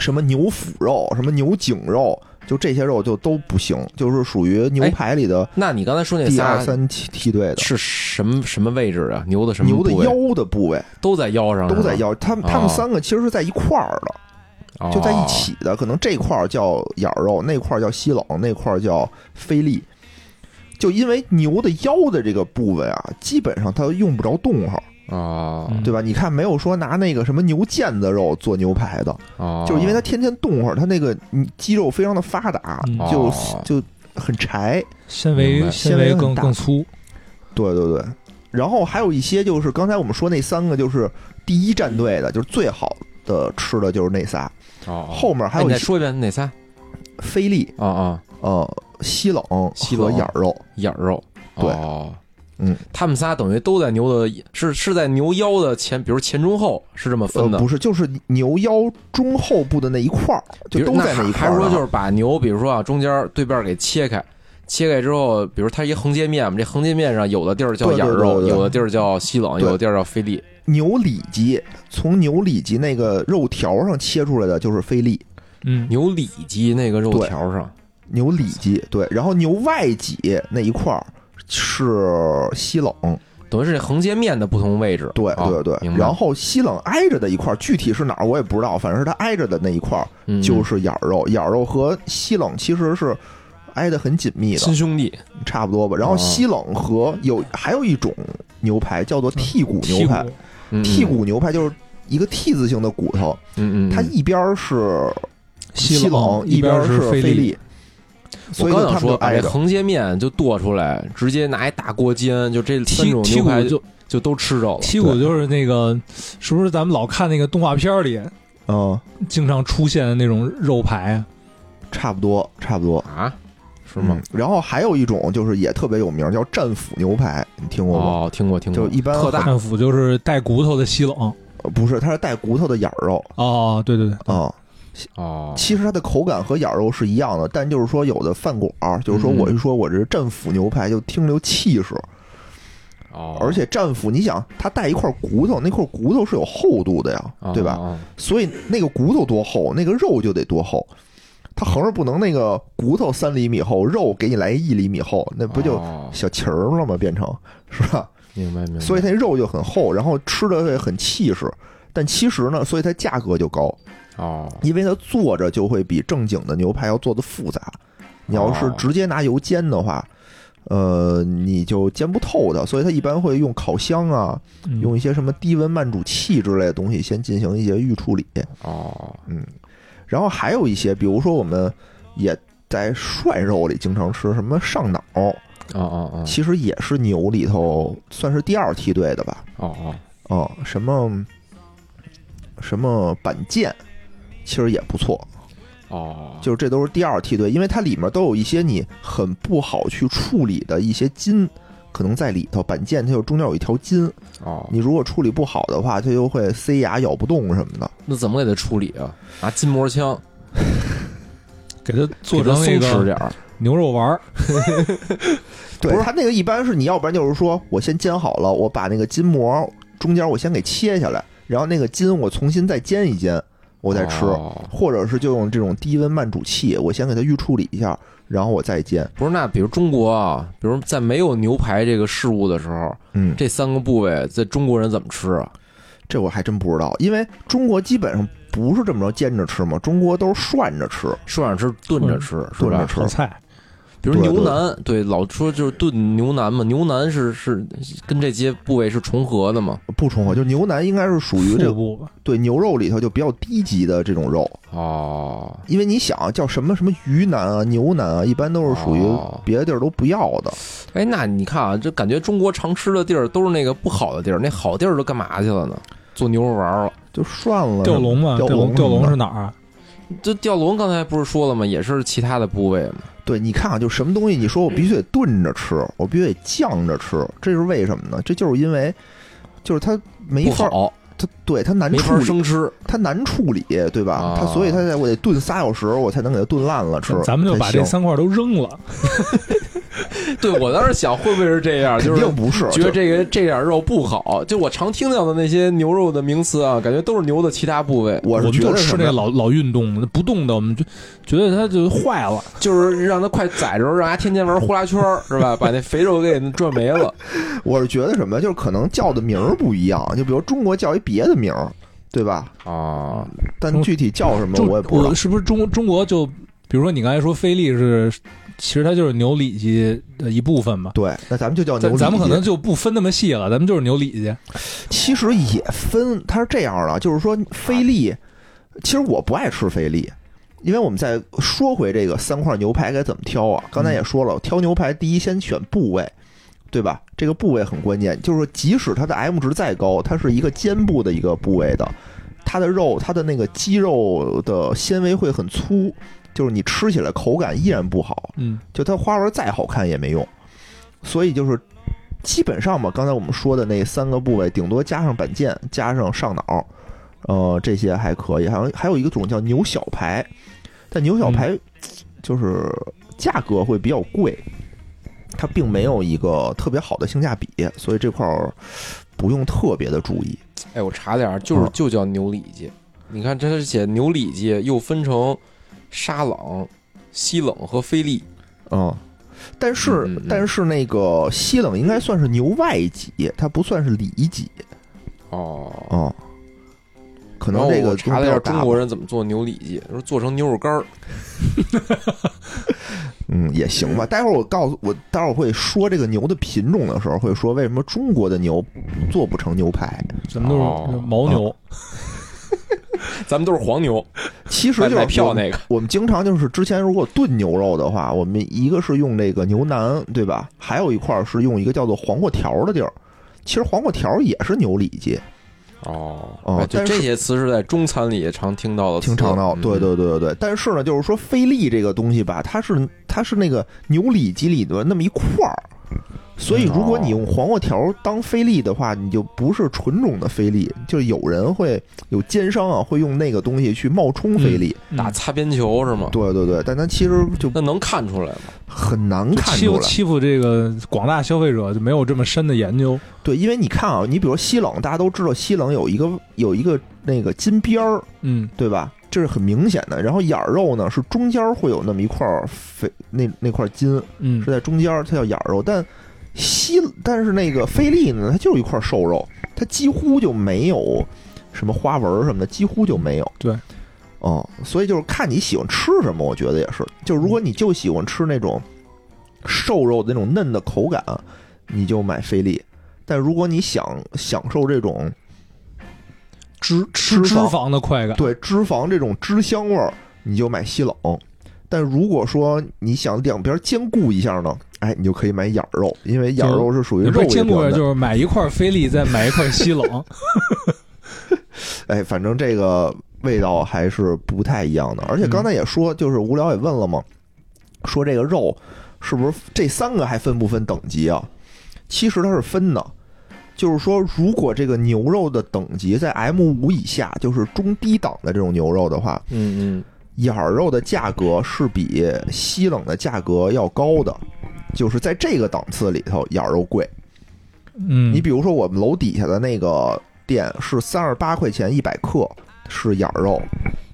S1: 什么牛腐肉、什么牛颈肉，就这些肉就都不行，就是属于牛排里的
S2: 那你刚才说那
S1: 第二
S2: 仨
S1: 三梯梯队的。
S2: 是什么什么位置啊？牛的什么
S1: 牛的
S2: 部位
S1: 腰的部位
S2: 都在腰上，
S1: 都在
S2: 是吗，
S1: 腰，他们
S2: 哦
S1: 他们三个其实是在一块儿的，
S2: 哦
S1: 就在一。起的。可能这块儿叫眼儿肉，那块儿叫西冷，那块儿叫菲力。就因为牛的腰的这个部位啊，基本上它用不着动号，
S2: 哦
S3: 嗯
S1: 对吧？你看，没有说拿那个什么牛腱子肉做牛排的，
S2: 哦，
S1: 就是因为它天天动会儿，它那个嗯肌肉非常的发达
S3: 嗯，
S1: 就
S2: 哦
S1: 就很柴。
S3: 纤
S2: 明白
S3: 维
S1: 纤
S3: 纤
S1: 维
S3: 维
S1: 很
S3: 更
S1: 大
S3: 更粗，
S1: 对对对，然后还有一些就是刚才我们说那三个，就是第一战队的，就是最好的吃的就是那仨，
S2: 哦
S1: 后面还
S2: 哎
S1: 有
S2: 你
S1: 一
S2: 再
S1: 些
S2: 说一遍哪仨？
S1: 菲力、
S2: 啊啊，
S1: 呃西冷
S2: 西
S1: 和
S2: 冷
S1: 眼儿肉，
S2: 眼儿肉。
S1: 对
S2: 哦
S1: 嗯，
S2: 他们仨等于都在牛的，是是在牛腰的前，比如前中后是这么
S1: 呃
S2: 分的。
S1: 不是，就是牛腰中后部的那一块儿，
S2: 比
S1: 就
S2: 如
S1: 都在一块
S2: 还
S1: 儿
S2: 是说
S1: 呢。
S2: 就是把牛，比如说啊，中间对半给切开，切开之后，比如它一横截面嘛，这横截面上有的地儿叫眼儿肉，
S1: 对对对对对
S2: 有的地儿叫西冷，
S1: 对
S2: 有的地儿叫菲力。
S1: 牛里脊，从牛里脊那个肉条上切出来的就是菲力，
S3: 嗯，
S2: 牛里脊那个肉
S1: 对
S2: 条上，
S1: 牛里脊对，然后牛外脊那一块儿是西冷，
S2: 等于是这横截面的不同位置。
S1: 对
S2: 啊
S1: 对对，
S2: 明白
S1: 然后西冷挨着的一块儿，具体是哪儿我也不知道，反正是它挨着的那一块儿
S2: 嗯
S1: 就是眼儿肉，眼儿肉和西冷其实是挨得很紧密的
S2: 亲，兄弟
S1: 差不多吧。然后
S2: 哦
S1: 西冷和有还有一种牛排叫做剔骨牛排，
S2: 嗯嗯
S1: 剔骨牛排就是一个 T 字形的骨头，
S2: 嗯嗯，嗯
S1: 它一边儿是西冷，
S3: 一
S1: 一边儿
S3: 是
S1: 菲
S3: 力，
S1: 力，所以
S2: 我
S1: 就
S2: 刚
S1: 它
S2: 想
S1: 们就
S2: 说，把
S1: 挨
S2: 这
S1: 着。
S2: 横截面就剁出来，直接拿一大锅煎，就这三
S3: 剔
S2: 种
S3: 剔
S2: 牛排
S3: 骨
S2: 就
S3: 就
S2: 就都吃着了。
S3: 剔骨就是那个，是不是咱们老看那个动画片儿里
S1: 嗯，
S3: 经常出现的那种肉排啊？
S1: 差不多，差不多。
S2: 啊？是吗
S1: 嗯？？然后还有一种就是也特别有名，叫战斧牛排，你听过吗？
S2: 哦，听过听过，
S1: 就一般
S2: 特大
S3: 战斧就是带骨头的西冷
S1: 呃不是，它是带骨头的眼儿肉
S3: 哦，对对对，
S1: 啊、
S2: 哦，
S1: 其实它的口感和眼儿肉是一样的，但就是说有的饭馆儿，就是说我
S2: 嗯
S1: 一说我这是战斧牛排，就听着就气势。
S2: 哦，
S1: 而且战斧，你想它带一块骨头，那块骨头是有厚度的呀，
S2: 哦
S1: 对吧？？
S2: 哦
S1: 所以那个骨头多厚，那个肉就得多厚。它横着不能那个骨头三厘米厚，肉给你来一厘米厚，那不就
S2: 哦
S1: 小旗儿了吗？变成是吧？
S2: 明白明白。
S1: 所以它肉就很厚，然后吃的会很气势。但其实呢，所以它价格就高。
S2: 哦，
S1: 因为它做着就会比正经的牛排要做的复杂。你要是
S2: 哦
S1: 直接拿油煎的话，呃，你就煎不透它，所以它一般会用烤箱啊，
S3: 嗯
S1: 用一些什么低温慢煮器之类的东西先进行一些预处理。
S2: 哦，
S1: 然后还有一些，比如说我们也在涮肉里经常吃什么上脑，
S2: 哦哦哦，
S1: 其实也是牛里头算是第二梯队的吧。
S2: 哦哦，
S1: 哦，什么什么板腱，其实也不错。
S2: 哦，
S1: 就是这都是第二梯队，因为它里面都有一些你很不好去处理的一些筋，可能在里头。板腱它就中间有一条筋，
S2: 哦，
S1: 你如果处理不好的话，它就会塞牙咬不动什么的。
S2: 那怎么给它处理啊？拿筋膜枪
S3: 给它做
S2: 给它
S3: 成那
S2: 松弛
S3: 个
S2: 点儿。
S3: 牛肉丸儿，
S1: 对
S2: 不，是
S1: 它那个一般是你要不然就是说我先煎好了，我把那个筋膜中间我先给切下来，然后那个筋我重新再煎一煎，我再吃。
S2: 哦
S1: 或者是就用这种低温慢煮器，我先给它预处理一下，然后我再煎。
S2: 不是，那比如中国啊，比如在没有牛排这个事物的时候，
S1: 嗯，
S2: 这三个部位在中国人怎么吃啊？
S1: 这我还真不知道，因为中国基本上不是这么着煎着吃嘛，中国都是涮着吃。
S2: 涮着吃，炖着吃，是
S1: 嗯炖着
S2: 吧
S1: 吃？
S3: 炒菜，
S2: 比如
S1: 对
S2: 牛腩，对，老说就是炖牛腩嘛，牛腩是是跟这些部位是重合的嘛。
S1: 不重合，就牛腩应该是属于这
S3: 腹部吧，
S1: 对牛肉里头就比较低级的这种肉，
S2: 哦，
S1: 因为你想啊叫什么什么鱼腩啊、牛腩啊，一般都是属于
S2: 哦
S1: 别的地儿都不要的。
S2: 哎，那你看啊，这感觉中国常吃的地儿都是那个不好的地儿，那好地儿都干嘛去了呢？做牛肉丸了。
S1: 就涮了
S3: 吊龙嘛，
S1: 吊
S3: 吊龙
S1: 吊
S3: 吊
S1: 什
S3: 龙
S1: 么的
S3: 是哪儿啊？
S2: 这吊龙刚才不是说了吗？也是其他的部位嘛。
S1: 对，你看啊，就什么东西，你说我必须得炖着吃，我必须得酱着吃，这是为什么呢？这就是因为，就是它没
S2: 不
S1: 法，
S2: 好，
S1: 它对它难
S2: 没
S1: 处
S2: 法
S1: 理，
S2: 生 吃。
S1: 它难处理，对吧？
S2: 啊
S1: 它所以它才我得炖仨小时，我才能给它炖烂了吃。
S3: 咱们就把
S1: 才
S3: 这
S1: 行
S3: 三块都扔了，
S2: 对我当时想，会不会是这样？就
S1: 肯
S2: 是
S1: 定不是，
S2: 觉得
S1: 就
S2: 这个这点肉不好。就我常听到的那些牛肉的名词啊，感觉都是牛的其他部位，
S1: 我是
S3: 们
S1: 觉
S3: 就
S1: 得
S3: 吃
S1: 什
S3: 那
S1: 么呀
S3: 个老老运动的，不动的，我们就觉得它就坏了。
S2: 就是让它快宰着，让它天天玩呼啦圈儿，是吧？把那肥肉给转没了。
S1: 我是觉得什么呀，就是可能叫的名儿不一样，就比如中国叫一别的名儿，对吧？
S2: 啊，
S1: 但
S3: 中
S1: 具体叫什么
S3: 中
S1: 我也不知道
S3: 我。是不是中中国就，比如说你刚才说菲力是，其实它就是牛里脊的一部分嘛。
S1: 对，那咱们就叫牛
S3: 咱
S1: 里脊。
S3: 咱们可能就不分那么细了，咱们就是牛里脊。
S1: 其实也分，它是这样的，就是说菲力，其实我不爱吃菲力，因为我们再说回这个三块牛排该怎么挑啊？刚才也说了，挑牛排第一先选部位，对吧？这个部位很关键，就是说即使它的 M 值再高，它是一个肩部的一个部位的，它的肉，它的那个肌肉的纤维会很粗，就是你吃起来口感依然不好，
S3: 嗯，
S1: 就它花纹再好看也没用。所以就是基本上吧，刚才我们说的那三个部位，顶多加上板腱，加上上脑，呃，这些还可以。还有还有一种叫牛小排，但牛小
S2: 嗯
S1: 排就是价格会比较贵，它并没有一个特别好的性价比，所以这块儿不用特别的注意。
S2: 哎，我查了点儿，就是
S1: 嗯
S2: 就叫牛里脊。你看，这是写牛里脊，又分成沙朗、西冷和菲力。
S1: 嗯，但是、
S2: 嗯嗯嗯
S1: 但是那个西冷应该算是牛外脊，它不算是里脊
S2: 哦，
S1: 啊、嗯可
S2: 然
S1: 能
S2: 后
S1: 这
S2: 我
S1: 个
S2: 查了一下中国
S1: 人，
S2: 人怎么做牛里脊，说做成牛肉干儿。
S1: 嗯，也行吧。待会儿我告诉我，待会儿我会说这个牛的品种的时候，会说为什么中国的牛做不成牛排。
S3: 咱们都是
S2: 哦
S3: 牦牛，
S2: 咱们都是黄牛，
S1: 其实
S2: 买
S1: 就是
S2: 买票
S1: 我们
S2: 那个。
S1: 我们经常就是之前如果炖牛肉的话，我们一个是用这个牛腩，对吧？还有一块儿是用一个叫做黄瓜条的地儿。其实黄瓜条也是牛里脊，
S2: 哦
S1: 哦
S2: 哎就
S1: 但是
S2: 这些词是在中餐里也常听到的词，
S1: 挺常闹，
S2: 嗯
S1: 对对对对对。但是呢，就是说菲力这个东西吧，它是它是那个牛里脊里的那么一块儿，所以如果你用黄瓜条当菲力的话，你就不是纯种的菲力，就是有人会有奸商啊，会用那个东西去冒充菲力。
S3: 嗯
S2: 打擦边球是吗？
S1: 对对对，但它其实就
S2: 那能看出来吗？
S1: 很难
S3: 就
S1: 看
S3: 欺
S1: 出
S3: 负
S1: 来。
S3: 欺负这个广大消费者就没有这么深的研究。
S1: 对，因为你看啊，你比如西冷，大家都知道西冷有一个有一个那个金边儿，
S3: 嗯，
S1: 对吧？这是很明显的。然后眼儿肉呢，是中间儿会有那么一块儿肥那那块儿筋。
S3: 嗯
S1: 是，在中间，儿，它叫眼儿肉，但西但是那个菲力呢，它就是一块瘦肉，它几乎就没有什么花纹儿什么的，几乎就没有。
S3: 对，
S1: 哦、所以就是看你喜欢吃什么，我觉得也是。就如果你就喜欢吃那种瘦肉的那种嫩的口感，你就买菲力。但如果你想享受这种
S3: 脂
S1: 脂
S3: 吃脂
S1: 肪
S3: 肪的快感。
S1: 对脂肪这种脂香味儿，你就买西冷。但如果说你想两边兼顾一下呢，哎，你就可以买眼儿肉，因为眼儿肉是属于
S3: 也
S1: 肉
S3: 不
S1: 也
S3: 是
S1: 比较
S3: 坚果，
S1: 嫩
S3: 就是买一块菲力，再买一块西 冷。
S1: 哎，反正这个味道还是不太一样的。而
S3: 嗯
S1: 且刚才也说，就是无聊也问了嘛，说这个肉是不是这三个还分不分等级啊？其实它是分的，就是说，如果这个牛肉的等级在 M 五以下，就是中低档的这种牛肉的话，
S2: 嗯嗯，
S1: 眼儿肉的价格是比西冷的价格要高的，就是在这个档次里头，眼儿肉贵。
S3: 嗯，
S1: 你比如说我们楼底下的那个店是三十八块钱一百克是眼儿肉，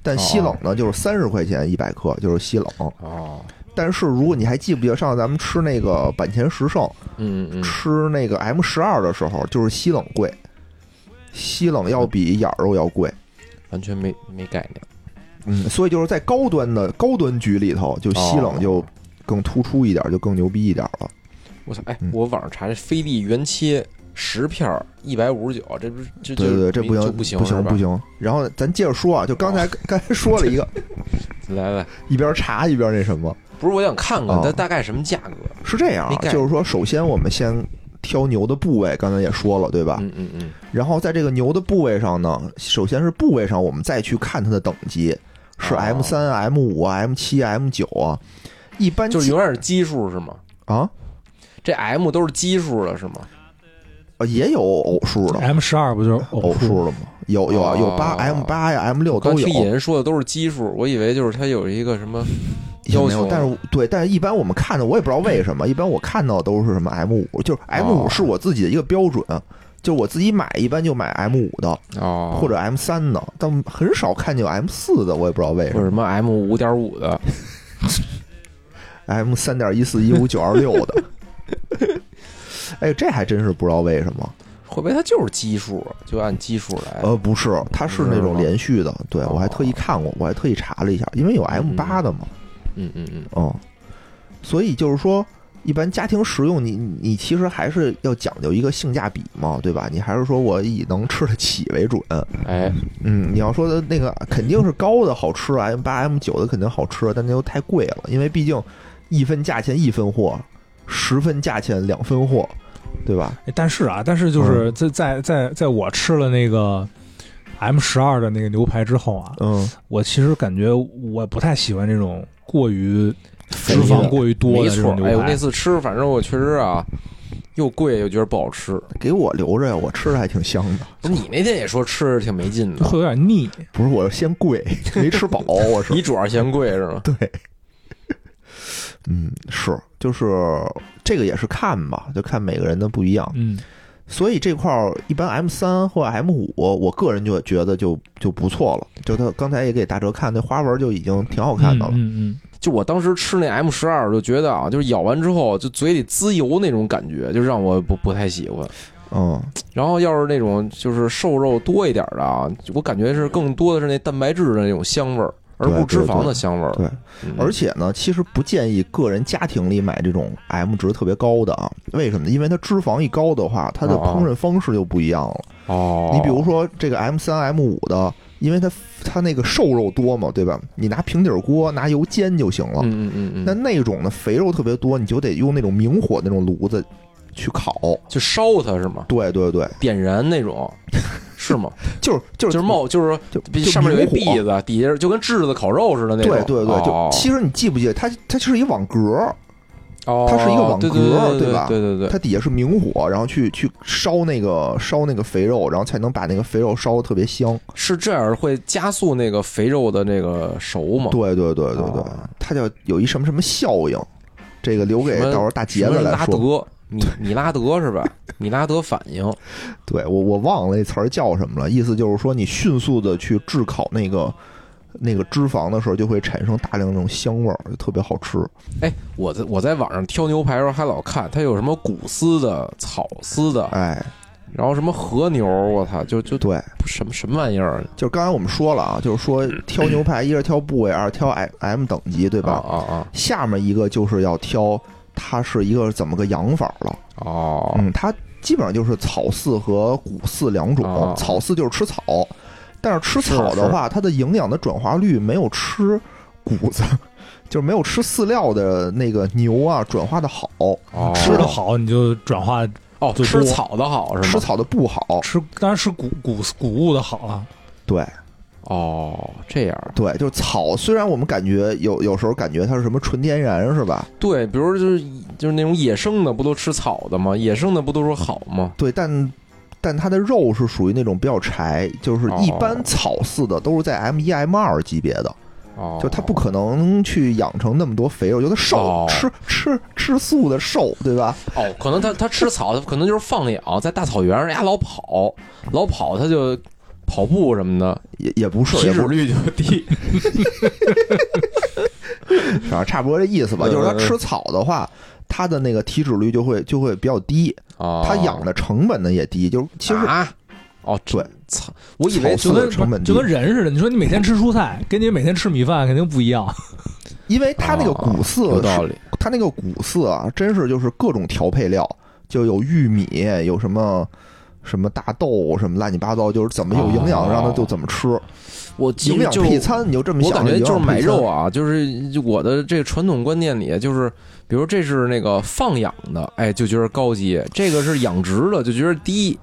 S1: 但西冷呢就是三十块钱一百克就是西冷。
S2: 哦，
S1: 但是如果你还记不记得上次咱们吃那个坂前时盛
S2: 嗯嗯
S1: 吃那个 M 十二的时候，就是西冷贵，西冷要比眼儿肉要贵。
S2: 嗯，完全没没概念。
S1: 嗯，所以就是在高端的高端局里头，就西
S2: 哦
S1: 冷就更突出一点，就更牛逼一点了。
S2: 我操！哎
S1: 嗯，
S2: 我网上查这菲力原切十片一百五十九，这不是这
S1: 对
S2: 就
S1: 对对，这
S2: 没
S1: 不
S2: 就
S1: 行，
S2: 不
S1: 不
S2: 行
S1: 不行，
S2: 是吧哦
S1: 不行。然后咱接着说啊，就刚才刚才说了一 个，
S2: 来来，
S1: 一边查一边那什么，
S2: 不是我想看看
S1: 哦
S2: 它大概什么价格
S1: 是这样啊
S2: 没，概念
S1: 就是说，首先我们先挑牛的部位，刚才也说了，对吧？
S2: 嗯嗯嗯，
S1: 然后在这个牛的部位上呢，首先是部位上，我们再去看它的等级，是
S2: 哦
S1: M 三、M 五、M 七、M 九啊。一般
S2: 就是
S1: 基
S2: 永远是奇数是吗？
S1: 啊，
S2: 这 M 都是奇数了是吗？
S1: 呃也有偶数
S2: 哎
S1: 的，
S3: M 十二不哦就是
S1: 偶数的嘛，有有啊，
S2: 哦
S1: 有八 M 八呀，M 六
S2: 刚
S1: 都有，
S2: 听野
S1: 以
S2: 人说的都是奇数，我以为就是它有一个什么
S1: 前没有
S2: 要求，
S1: 但是对，但是一般我们看的，我也不知道为什么，一般我看到的都是什么 M 五，就是 M 五
S2: 哦
S1: 是我自己的一个标准，就我自己买，一般就买 M 五的
S2: 哦，
S1: 或者 M 三的，但很少看见有 M 四的，我也不知道为什
S2: 或
S1: 么
S2: 者什么 M 五点五的，
S1: ，M 三点一四一五九二六的。哎，这还真是不知道为什么。
S2: 会不会它就是奇数，啊就按奇数来？
S1: 呃，不是，它是那种连续的。对我还特意
S2: 哦
S1: 看过，我还特意查了一下，因为有 M 八的嘛。
S2: 嗯嗯嗯，
S1: 嗯，所以就是说，一般家庭食用你，你其实还是要讲究一个性价比嘛，对吧？你还是说我以能吃得起为准。
S2: 哎，
S1: 嗯，你要说的那个肯定是高的好吃啊，M 八 M 九的肯定好吃，啊但那又太贵了，因为毕竟一分价钱一分货，十分价钱两分货，对吧？
S3: 哎但是啊，但是就是
S1: 嗯
S3: 在在在在我吃了那个 M 十二的那个牛排之后啊，
S1: 嗯，
S3: 我其实感觉我不太喜欢这种过于
S2: 肥
S3: 脂肪
S2: 的
S3: 过于多
S2: 没
S3: 的
S2: 错
S3: 这种。牛
S2: 哎，我
S3: 排
S2: 那。次吃，反正我确实啊，又贵又觉得不好吃。
S1: 给我留着呀，我吃着还挺香的。
S2: 不是你那天也说吃着挺没劲
S3: 就
S2: 的，
S3: 会有点腻，
S1: 不是我嫌贵，没吃饱，我是
S2: 你主要是嫌贵是 吗？
S1: 嗯，是，就是这个也是看吧，就看每个人的不一样。
S3: 嗯，
S1: 所以这块儿一般 M 三或 M 五，我个人就觉得就就不错了。就它刚才也给大哲看，那花纹就已经挺好看的了。
S3: 嗯嗯
S2: 就我当时吃那 M 十二，就觉得啊，就是咬完之后就嘴里滋油那种感觉，就让我不不太喜欢。
S1: 嗯，
S2: 然后要是那种就是瘦肉多一点的啊，我感觉是更多的是那蛋白质的那种香味儿，而不是脂肪的香味儿。
S1: 对对
S2: 嗯
S1: 而且呢，其实不建议个人家庭里买这种 M 值特别高的啊。为什么呢？因为它脂肪一高的话，它的
S2: 哦
S1: 烹饪方式就不一样了。
S2: 哦，
S1: 你比如说这个 M 三 M 五的，因为它它那个瘦肉多嘛，对吧？你拿平底儿锅拿油煎就行了。
S2: 嗯，嗯嗯嗯
S1: 那
S2: 嗯，
S1: 那种呢，肥肉特别多，你就得用那种明火那种炉子去烤。
S2: 就烧它是吗？
S1: 对对对，
S2: 点燃 那种，是吗？
S1: 就是就
S2: 就是是冒，就是
S1: 就
S2: 比
S1: 就
S2: 上面有一
S1: 明火
S2: 篦子，底下就跟炙子烤肉似的那种。
S1: 对对对，就
S2: 哦
S1: 其实你记不记得它它是一网格，
S2: 哦，
S1: 它是一个网
S2: 对
S1: 格
S2: 对
S1: 对吧
S2: 对对对对，
S1: 它底下是明火，然后去去烧那个烧那个肥肉，然后才能把那个肥肉烧的特别香。
S2: 是这样会加速那个肥肉的那个熟吗？
S1: 对对对对对
S2: 哦，
S1: 它叫有一什么什么效应，这个留给
S2: 什么
S1: 到时候大杰
S2: 什
S1: 子
S2: 么
S1: 来
S2: 拉
S1: 说。
S2: 德，米米拉德 是吧？米拉德反应，
S1: 对我我忘了那词儿叫什么了，意思就是说你迅速的去炙烤那个。那个脂肪的时候，就会产生大量那种香味儿，就特别好吃。
S2: 哎，我在我在网上挑牛排的时候还老看它有什么骨丝的、草丝的，
S1: 哎，
S2: 然后什么和牛，我操，就就
S1: 对，
S2: 什么什么玩意儿，
S1: 就是刚才我们说了啊，就是说挑牛排，一是挑部位，二是挑 M M 等级，对
S2: 对
S1: 吧？
S2: 啊啊
S1: 下面一个就是要挑它是一个怎么个养法了。
S2: 啊哦，
S1: 嗯，它基本上就是草饲和谷饲两种。
S2: 哦
S1: 草饲就是吃草，但是吃草
S2: 是
S1: 的话，它的营养的转化率没有吃谷子， 就是没有吃饲料的那个牛啊转化的好。
S2: 哦
S3: 吃的好你就转化
S2: 哦，
S3: 就
S2: 吃
S3: 多
S2: 草的好是
S1: 吃
S2: 吗？
S1: 草的不好，
S3: 吃，当然吃谷谷谷物的好啊，
S1: 对
S2: 哦，这样
S1: 对，就是草。虽然我们感觉有有时候感觉它是什么纯天然是吧？
S2: 对，比如就是就是那种野生的，不都吃草的吗？野生的不都说好吗？
S1: 对，但但它的肉是属于那种比较柴，就是一般
S2: 哦
S1: 草饲的都是在 M 一 M 二级别的，
S2: 哦，
S1: 就它不可能去养成那么多肥肉，就它瘦，
S2: 哦
S1: 吃吃吃素的瘦，对吧？
S2: 哦，可能它它吃草，它可能就是放养，在大草原上，人哎家老跑，老跑，它就跑步什么的，
S1: 也也不是，
S2: 体
S1: 也
S2: 脂
S1: 不
S2: 率就低。
S1: 是，反正差不多这意思吧。
S2: 嗯
S1: 就是它
S2: 嗯嗯
S1: 吃草的话。它的那个体脂率就会就会比较低，
S2: 哦，
S1: 它养的成本呢也低，就是其实
S2: 啊，哦，
S1: 对，
S2: 操，我以为
S1: 草饲
S2: 就
S1: 的
S3: 就跟
S1: 成本低
S3: 就跟人似的，你说你每天吃蔬菜，跟你每天吃米饭肯定不一样。
S1: 因为它那个谷饲
S2: 哦有道
S1: 是，
S2: 理，
S1: 它那个谷饲啊，真是就是各种调配料，就有玉米，有什么什么大豆什么乱七八糟，就是怎么有营养，
S2: 哦
S1: 让它就怎么吃。
S2: 我其
S1: 营
S2: 实
S1: 养
S2: 就
S1: 配餐，你就这么
S2: 我
S1: 想，
S2: 感觉就是买肉
S1: 啊，
S2: 啊，就是就我的这个传统观念里，就是比如这是那个放养的，哎，就觉得高级；这个是养殖的，就觉得低，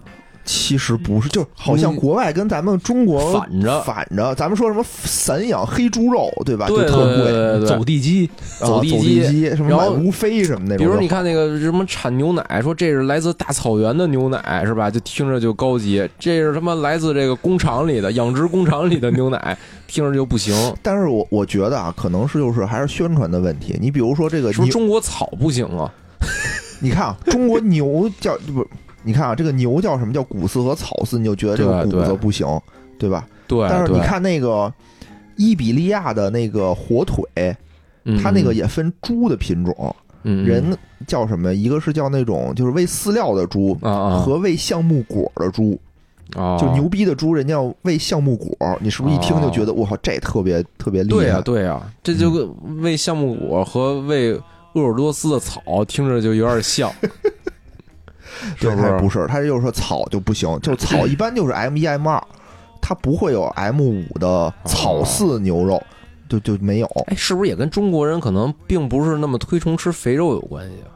S1: 其实不是，就是好像
S2: 嗯
S1: 国外跟咱们中国
S2: 反着。
S1: 反着，咱们说什么散养黑猪肉，对吧？
S2: 对
S1: 啊就
S2: 对
S1: 特贵，
S2: 对对对
S3: 走。地鸡，
S1: 啊
S2: 走
S1: 走
S2: 地
S1: 鸡
S2: 鸡
S1: 什么
S2: 然
S1: 买
S2: 后
S1: 无非什么那种。
S2: 比如你看那个什么产牛奶，说这是来自大草原的牛奶，是吧？就听着就高级。这是他妈来自这个工厂里的养殖工厂里的牛奶，听着就不行。
S1: 但是我我觉得啊，可能是就是还是宣传的问题。你比如说这个
S2: 是不
S1: 牛，
S2: 是中国草不行啊？
S1: 你看啊，中国牛叫不？你看啊，这个牛叫什么叫骨饲和草饲，你就觉得这个
S2: 对
S1: 骨
S2: 对
S1: 子不行，对吧？
S2: 对，
S1: 但是你
S2: 对，
S1: 看那个伊比利亚的那个火腿，
S2: 嗯
S1: 它那个也分猪的品种，
S2: 嗯嗯
S1: 人叫什么？一个是叫那种就是喂饲料的猪，
S2: 啊啊
S1: 和喂橡木果的猪。
S2: 啊
S1: 就牛逼的猪，人家要喂橡木果，你是不是一听就觉得我靠，这特别特别厉害？
S2: 啊
S1: 嗯
S2: 对呀、啊对呀、这就跟喂橡木果和喂鄂尔多斯的草听着就有点像，是
S1: 对，
S2: 不
S1: 它
S2: 是？
S1: 不是，它就是说草就不行，就 草一般就是 M 一 M 二，它不会有 M 五的草饲牛肉，就就没有。
S2: 哎，是不是也跟中国人可能并不是那么推崇吃肥肉有关系啊？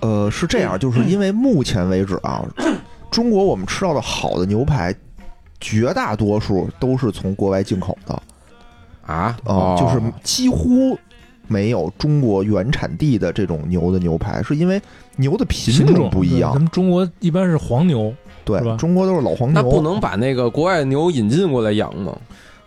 S1: 呃，是这样，就是因为目前为止 啊，中国我们吃到的好的牛排，绝大多数都是从国外进口的啊、
S2: 啊，哦
S1: 就是几乎。没有中国原产地的这种牛的牛排，是因为牛的品种不一
S3: 对
S1: 样哦
S3: 咱。们中国一般是黄牛，
S1: 对
S3: 是吧，
S1: 中国都是老黄牛，
S2: 那不能把那个国外牛引进过来养吗？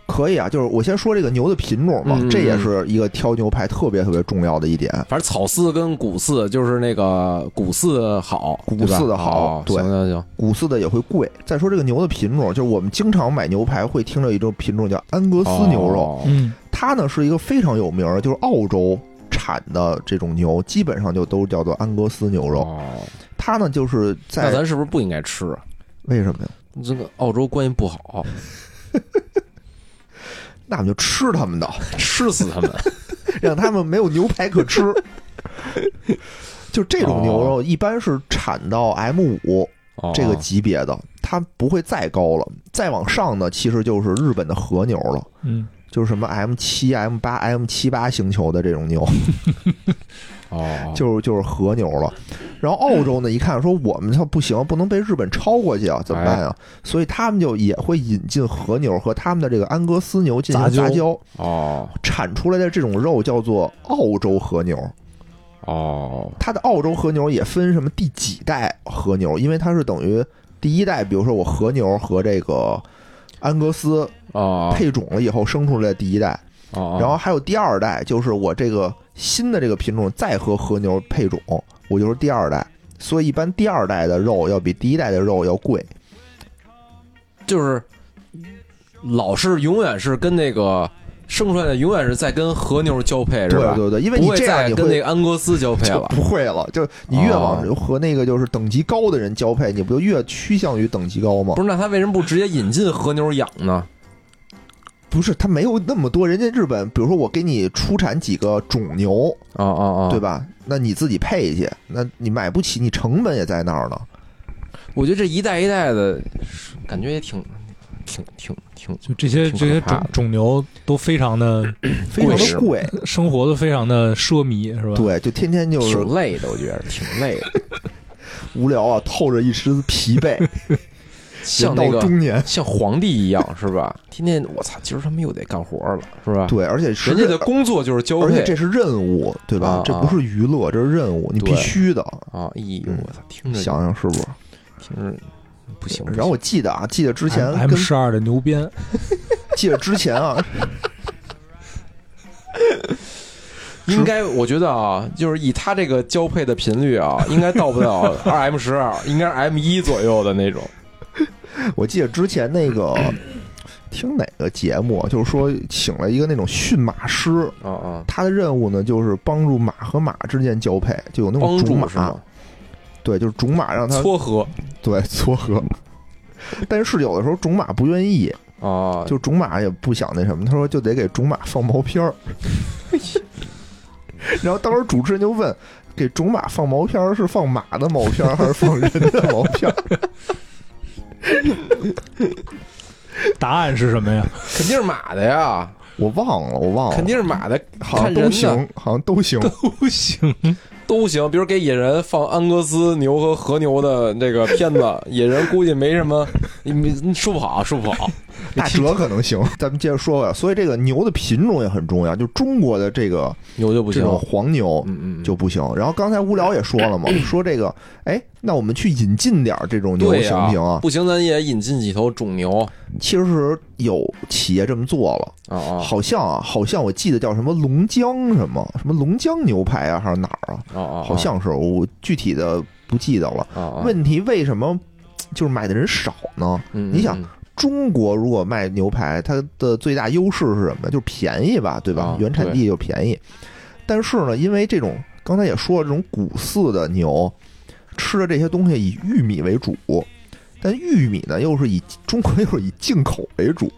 S1: 可以啊。就是我先说这个牛的品种嘛，
S2: 嗯嗯
S1: 这也是一个挑牛排特别特别重要的一点。
S2: 反正草饲跟谷饲就是那个谷饲好，
S1: 谷
S2: 对吧
S1: 饲的好
S2: 哦
S1: 对
S2: 行行行，
S1: 古饲的也会贵。再说这个牛的品种，就是我们经常买牛排会听着一种品种叫安格斯牛肉，
S2: 哦
S3: 嗯，
S1: 它呢是一个非常有名儿，就是澳洲产的这种牛，基本上就都叫做安格斯牛肉。
S2: 哦
S1: 它呢就是
S2: 那
S1: 在
S2: 咱是不是不应该吃啊？
S1: 为什么呀？
S2: 这个澳洲关系不好，
S1: 那我们就吃他们的，
S2: 吃死 他们！
S1: 让他们没有牛排可吃。就这种牛
S3: 哦
S1: 肉一般是产到 M 五
S2: 哦
S1: 这个级别的，它不会再高了。再往上呢，其实就是日本的和牛了，
S3: 嗯，
S1: 就是什么 M 七、M 八、M 七八星球的这种牛，
S2: 哦，
S1: 就是就是和牛了。然后澳洲呢，一看说我们它不行，不能被日本超过去啊，怎么办啊？
S3: 哎
S1: 所以他们就也会引进和牛和他们的这个安格斯牛进行
S3: 杂
S1: 杂
S3: 交
S1: 交，
S2: 哦
S1: 产出来的这种肉叫做澳洲和牛。
S2: 哦，
S1: 它的澳洲和牛也分什么第几代和牛，因为它是等于第一代，比如说我和牛和这个安格斯
S2: 哦，
S1: 配种了以后生出来的第一代，
S2: 哦，
S1: 然后还有第二代，就是我这个新的这个品种再和和牛配种，我就是第二代。所以一般第二代的肉要比第一代的肉要贵，
S2: 就是老是永远是跟那个生出来的永远是在跟和牛交配，哎是
S1: 对
S2: 吧？
S1: 对对，因为你
S2: 不会
S1: 这样
S2: 再
S1: 你
S2: 跟那
S1: 会
S2: 个安格斯交配
S1: 就
S2: 了。
S1: 不会了，就是你越往
S2: 哦
S1: 和那个就是等级高的人交配，你不就越趋向于等级高吗
S2: 不？是，那他为什么不直接引进和牛养呢？
S1: 不是，他没有那么多，人家日本，比如说我给你出产几个种牛，
S2: 啊啊啊！
S1: 对吧？那你自己配去，那你买不起，你成本也在那儿呢。
S2: 我觉得这一代一代的，感觉也挺挺挺挺
S3: 就这些
S2: 挺
S3: 这些
S2: 可怕
S3: 种
S2: 的
S3: 种牛都非 常的
S1: 非常的贵，
S3: 生活都非常的奢靡，是吧？
S1: 对，就天天就是
S2: 挺累的，我觉得挺累的，
S1: 无聊啊，透着一丝疲 惫。
S2: 像
S1: 人到
S2: 那个啊
S1: 中年，
S2: 像皇帝一样，是吧？天天我操，今儿他们又得干活了，是吧？
S1: 对，而且是
S2: 人家的工作就是交
S1: 而且
S2: 配
S1: 这是任务，对吧？
S2: 啊
S1: 这不是娱乐，这是任务，你
S2: 对
S1: 必须的。
S2: 啊！哎呦，我操，听着就
S1: 嗯想想是不是？
S2: 听着不行。
S1: 然后我记得啊，记得之前
S3: M
S1: 跟
S3: 十二的 牛鞭，
S1: 记得之前啊，
S2: 应该我觉得啊，就是以他这个交配的频率啊，应该到不了二 M 十二，应该是 M 一左右的那种。
S1: 我记得之前那 个听哪个节目，就是说请了一个那种驯马师，
S2: 啊啊，
S1: 他的任务呢就是帮助马和马之间交配，就有那啊种
S2: 帮
S1: 种
S2: 助是
S1: 马
S2: 吗，？
S1: 对，就是种马让它
S2: 撮合
S1: 对撮合。但是有的时候种马不愿意，
S2: 啊，
S1: 就种马也不想那什么，他说就得给种马放毛片儿。 然后当时主持人就问：给种马放毛片儿是放马的毛片儿还是放人的毛片儿？
S3: 答案是什么呀？
S2: 肯定是马的呀，
S1: 我忘了，我忘了，
S2: 肯定是马的，
S1: 好像
S2: 看人
S1: 都
S2: 的
S1: 行，好像都行。
S3: 不行，
S2: 都行。比如给野人放安格斯牛和和牛的这个 片子，野人估计没什么，你你说不好，说 不好。
S1: 大哲可能行，咱们接着说吧。所以这个牛的品种也很重要，就中国的这个
S2: 牛就不
S1: 这
S2: 行，
S1: 种黄牛
S2: 嗯嗯，
S1: 就不行。然后刚才无聊也说了 嘛，说这个，哎，那我们去引进点儿这种牛
S2: 对
S1: 行
S2: 呀
S1: 不行啊？
S2: 不行，咱也引进几头种牛
S1: 其实有企业这么做了，
S2: 啊啊
S1: 好像啊，好像我记得叫什么龙江什么什么龙江牛排啊，还是哪儿啊？
S2: 啊啊！
S1: 好像是我具体的不记得了。
S2: 啊啊，
S1: 问题为什么就是买的人少呢？
S2: 嗯
S1: 你想
S2: 嗯
S1: 中国如果卖牛排，它的最大优势是什么？就是便宜吧，对吧？
S2: 啊
S1: 原产地就便宜。但是呢，因为这种刚才也说了，这种谷饲的牛吃的这些东西以玉米为主，但玉米呢又是以中国又是以进口为主，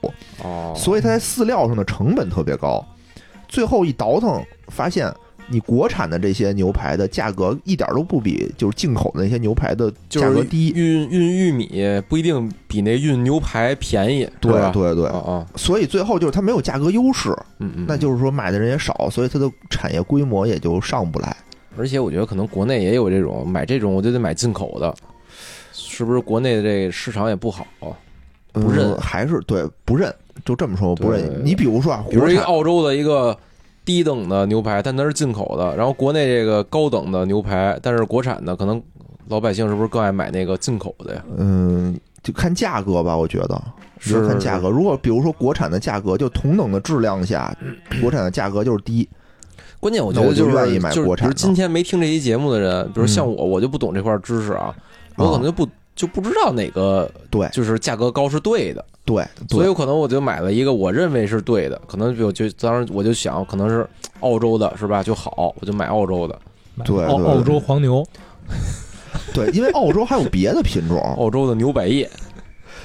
S2: 哦，
S1: 所以它在饲料上的成本特别高。最后一倒腾，发现你国产的这些牛排的价格一点都不比就是进口的那些牛排的
S2: 就
S1: 价格
S2: 是
S1: 低。
S2: 运运玉米不一定比那运牛排便宜，
S1: 对
S2: 是吧？
S1: 对对
S2: 啊，啊，
S1: 所以最后就是它没有价格优势，
S2: 嗯嗯，
S1: 那就是说买的人也少，所以它的产业规模也就上不来。
S2: 而且我觉得可能国内也有这种买这种，我就得买进口的，是不是？国内的这市场也不好，不认
S1: 嗯还是对不认，就这么说不
S2: 对
S1: 认。你比如说啊，
S2: 比如
S1: 国
S2: 一个
S1: 产
S2: 澳洲的一个低等的牛排，但它是进口的，然后国内这个高等的牛排，但是国产的，可能老百姓是不是更爱买那个进口的呀？
S1: 嗯，就看价格吧，我觉得就是看价格。如果比如说国产的价格，就同等的质量下， 国产的价格就是低。
S2: 关键我觉
S1: 那
S2: 得
S1: 我就是愿意买
S2: 就是
S1: 国产
S2: 比如
S1: 的嗯
S2: 今天没听这期节目的人，比如像我，我就不懂这块知识啊，我可能就不就不知道哪个
S1: 对
S2: 就是价格高是对的，
S1: 对
S2: 所以
S1: 对
S2: 有可能我就买了一个我认为是对的，可能就就当时我就想可能是澳洲的是吧就好，我就买澳洲的，
S1: 对对
S3: 澳
S1: 对
S3: 澳洲黄牛，
S1: 对，因为澳洲还有别的品 种，
S2: 澳洲的牛百叶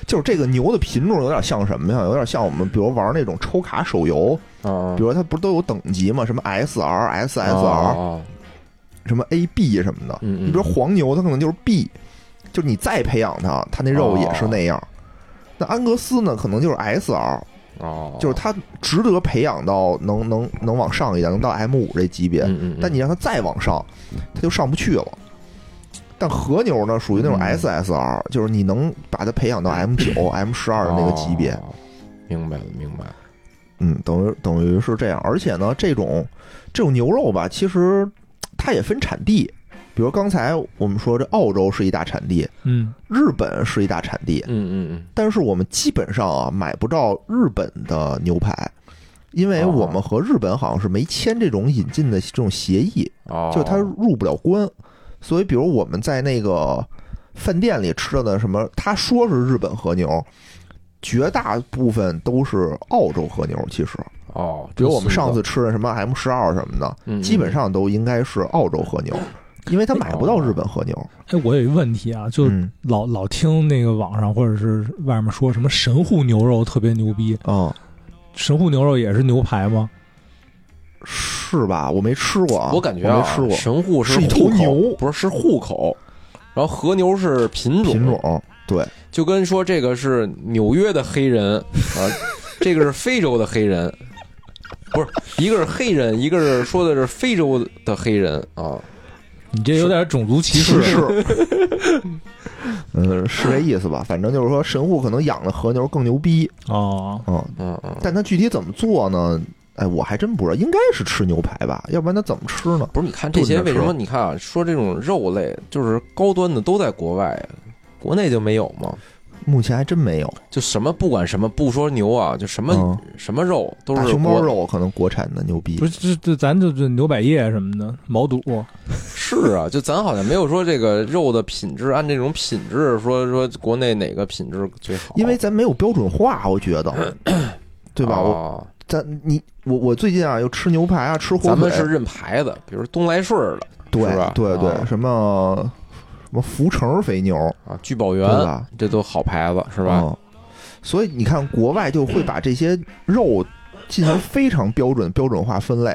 S1: 就是这个牛的品种有点像什么呀？有点像我们比如玩那种抽卡手游，
S2: 啊，
S1: 哦比如它不是都有等级嘛，什么 SR、
S2: 啊
S1: SSR、
S2: 啊
S1: 什么 AB 什么的。
S2: 嗯嗯，
S1: 你比如黄牛，它可能就是 B，就是你再培养它，它那肉也是那样。那安格斯呢，可能就是 SR，
S2: 哦，
S1: 就是它值得培养到能能能往上一点，能到 M 五这级别。
S2: 嗯嗯，
S1: 但你让它再往上，它就上不去了。但和牛呢，属于那种
S2: 嗯
S1: SSR，、就是你能把它培养到 M 九、M 十二的那个级别。
S2: 哦明白了，明白了。
S1: 嗯，等于等于是这样。而且呢，这种这种牛肉吧，其实它也分产地。比如刚才我们说，这澳洲是一大产地，
S3: 嗯，
S1: 日本是一大产地，
S2: 嗯嗯
S1: 但是我们基本上啊买不到日本的牛排，因为
S2: 哦
S1: 我们和日本好像是没签这种引进的这种协议，
S2: 嗯，哦，
S1: 就它入不了关。所以，比如我们在那个饭店里吃的那什么，他说是日本和牛，绝大部分都是澳洲和牛。其实，
S2: 哦，
S1: 比如我们
S2: 真是的
S1: 上次吃的什么 M 十二什么的，
S2: 嗯嗯哎
S1: 基本上都应该是澳洲和牛，因为他买不
S2: 哦
S1: 到日本和牛。
S3: 哎，我有一个问题啊，就
S1: 嗯，
S3: 老老听那个网上或者是外面说什么神户牛肉特别牛逼，
S1: 哦，
S3: 神户牛肉也是牛排吗？
S1: 是吧？我没吃过啊，
S2: 我感觉
S1: 我
S2: 啊，
S1: 没吃过
S2: 神户
S1: 是一头
S2: 户口
S1: 牛
S2: 不是是户口，然后和牛是品种，
S1: 品种。对，
S2: 就跟说这个是纽约的黑人 啊，这个是非洲的黑人，不是一个是黑人，一个是说的是非洲的黑人啊，
S3: 你这有点种族歧
S1: 是
S3: 视。
S1: 是， 嗯，是这意思吧？反正就是说，神户可能养的和牛更牛逼
S3: 哦，
S1: 啊、嗯，
S2: 嗯嗯，
S1: 但它具体怎么做呢？哎，我还真不知道，应该是吃牛排吧，要不然它怎么吃呢？
S2: 不是你看这些
S1: 炖着
S2: 为
S1: 吃
S2: 什么你看啊，说这种肉类就是高端的都在国外，国内就没有吗？
S1: 目前还真没有。
S2: 就什么不管什么不说牛啊，就什么、
S1: 嗯
S2: 什么肉都
S1: 大
S2: 是
S1: 熊猫
S2: 国
S1: 肉可能国产的牛逼
S3: 不，是，这这咱就这牛百叶什么的，毛肚，
S2: 是啊，就咱好像没有说这个肉的品质按这种品质说说国内哪个品质最好，
S1: 因为咱没有标准化，我觉 得，对吧？我
S2: 哦
S1: 咱你我我最近啊，又吃牛排啊，吃火腿，
S2: 咱们是认牌子，比如东来顺儿的
S1: 对
S2: 是吧
S1: 对对，
S2: 啊
S1: 什么什么福成肥牛，
S2: 啊，聚宝
S1: 对
S2: 源，
S1: 吧？
S2: 这都好牌子是吧？
S1: 嗯所以你看，国外就会把这些肉进行非常标准标准化分类，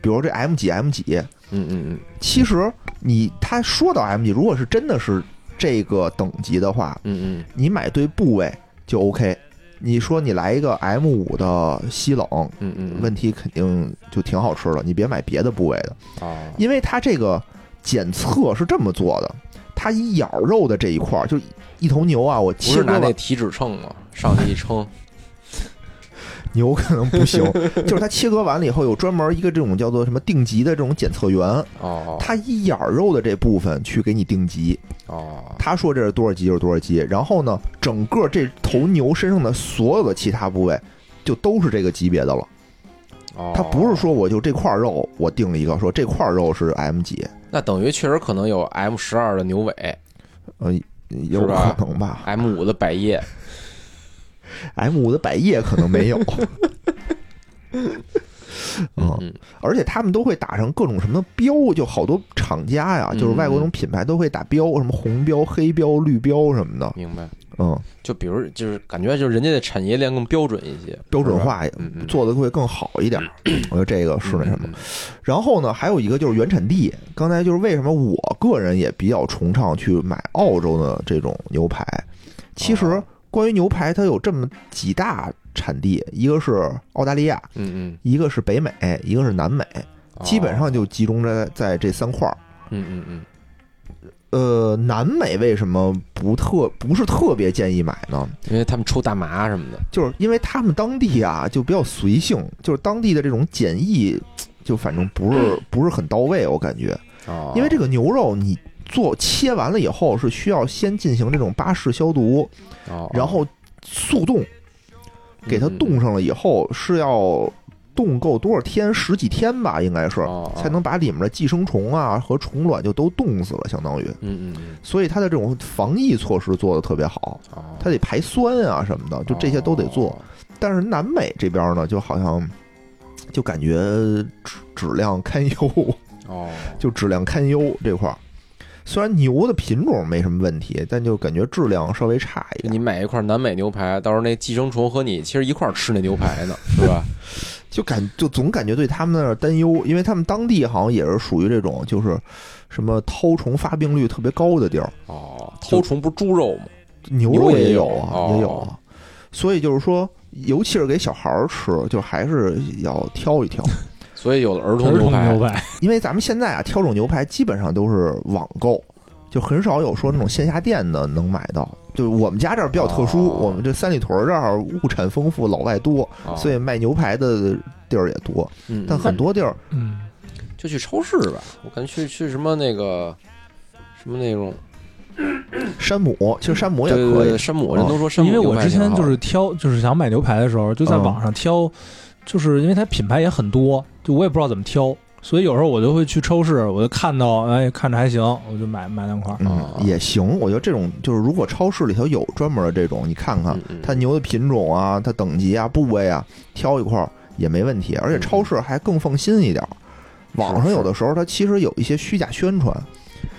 S1: 比如这 M 几 M 几。
S2: 嗯嗯嗯，
S1: 其实你他说到 M 几，如果是真的是这个等级的话，
S2: 嗯
S1: 你买对部位就 OK。你说你来一个 M 五的西冷，
S2: 嗯嗯嗯，
S1: 问题肯定就挺好吃了。你别买别的部位的，
S2: 啊，
S1: 因为它这个检测是这么做的，它以咬肉的这一块儿，就一头牛啊，我
S2: 不
S1: 切
S2: 是拿
S1: 割
S2: 那
S1: 了
S2: 体脂秤吗？上去 一称，
S1: 牛可能不行， 就是它切割完了以后有专门一个这种叫做什么定级的这种检测员，
S2: 哦
S1: 他以眼肉的这部分去给你定级，
S2: 哦，
S1: 他说这是多少级就是多少级，然后呢，整个这头牛身上的所有的其他部位。就都是这个级别的了，
S2: 哦
S1: 他不是说我就这块肉我定了一个，说这块肉是 M 级，
S2: 那等于确实可能有 M 十二的牛 尾
S1: 呃，有
S2: 是吧
S1: 可能吧
S2: ，M 五的百叶，
S1: ，M 五的百叶可能 没有，嗯，
S2: 嗯
S1: 而且他们都会打上各种什么标，就好多厂家呀，
S2: 嗯
S1: 就是外国那种品牌都会打标，什么红标、黑标、绿标什么的，
S2: 明白。
S1: 嗯，
S2: 就比如就是感觉就是人家的产业链更标准一些，
S1: 标准化
S2: 嗯嗯，
S1: 做的会更好一点。我觉得这个是那什么。
S2: 嗯，
S1: 然后呢，还有一个就是原产地，刚才就是为什么我个人也比较崇尚去买澳洲的这种牛排。其实
S2: 哦
S1: 关于牛排，它有这么几大产地，一个是澳大利亚，
S2: 嗯嗯
S1: 一个是北美，一个是南美，
S2: 嗯，
S1: 基本
S2: 哦，
S1: 上就集中在在这三块儿。
S2: 嗯嗯嗯，
S1: 呃，南美为什么不特不是特别建议买呢？
S2: 因为他们抽大麻什么的，
S1: 就是因为他们当地啊就比较随性，就是当地的这种检疫，就反正不是不是很到位，我感觉。
S2: 嗯哦，
S1: 因为这个牛肉你做切完了以后是需要先进行这种巴氏消毒，
S2: 哦，嗯
S1: 然后速冻，给它冻上了以后是要冻够多少天？十几天吧，应该是
S2: 哦，
S1: 才能把里面的寄生虫啊和虫卵就都冻死了，相当于。
S2: 嗯嗯嗯，
S1: 所以它的这种防疫措施做的特别好，
S2: 哦，
S1: 它得排酸啊什么的，就这些都得做。
S2: 哦，
S1: 但是南美这边呢，就好像就感觉质质量堪忧，
S2: 哦，
S1: 就质量堪忧这块儿。虽然牛的品种没什么问题，但就感觉质量稍微差一
S2: 就
S1: 点，
S2: 你买一块南美牛排，到时候那寄生虫和你其实一块儿吃那牛排呢，是吧？
S1: 就感就总感觉对他们那儿担忧，因为他们当地好像也是属于这种就是什么绦虫发病率特别高的地儿，
S2: 哦，绦虫不是猪肉吗？
S1: 牛
S2: 肉
S1: 肉
S2: 也
S1: 也有
S2: 有
S1: 啊，
S2: 哦
S1: 也有啊。所以就是说，尤其是给小孩儿吃，就还是要挑一挑，
S2: 所以有了儿童
S3: 儿
S2: 牛
S3: 童
S2: 排
S3: 牛，排，
S1: 因为咱们现在啊，挑这种牛排基本上都是网购，就很少有说那种线下店的能买到。就是我们家这儿比较特殊，
S2: 哦
S1: 我们这三里屯儿这儿物产丰富，老外多，
S2: 哦
S1: 所以卖牛排的地儿也多。
S2: 嗯
S1: 但很多地儿，
S3: 嗯，
S2: 就去超市吧，我感觉去去什么那个什么那种，
S1: 山姆其实山姆也
S2: 对对
S1: 可
S2: 对
S1: 以
S2: 对，。山姆人都说山姆
S3: 因为
S2: 牛
S3: 我
S2: 排
S3: 之前
S2: 挺好
S3: 就是挑，就是想买牛排的时候，就在
S1: 嗯
S3: 网上挑，就是因为它品牌也很多，就我也不知道怎么挑，所以有时候我就会去超市，我就看到，哎，看着还行，我就买买两块。
S1: 嗯
S2: 哦，
S1: 也行。我觉得这种就是，如果超市里头有专门的这种，你看看
S2: 嗯嗯
S1: 它牛的品种啊、它等级啊、部位啊，挑一块儿也没问题。而
S2: 嗯
S1: 且超市还更放心一点儿。网上有的时候它其实有一些虚假宣传，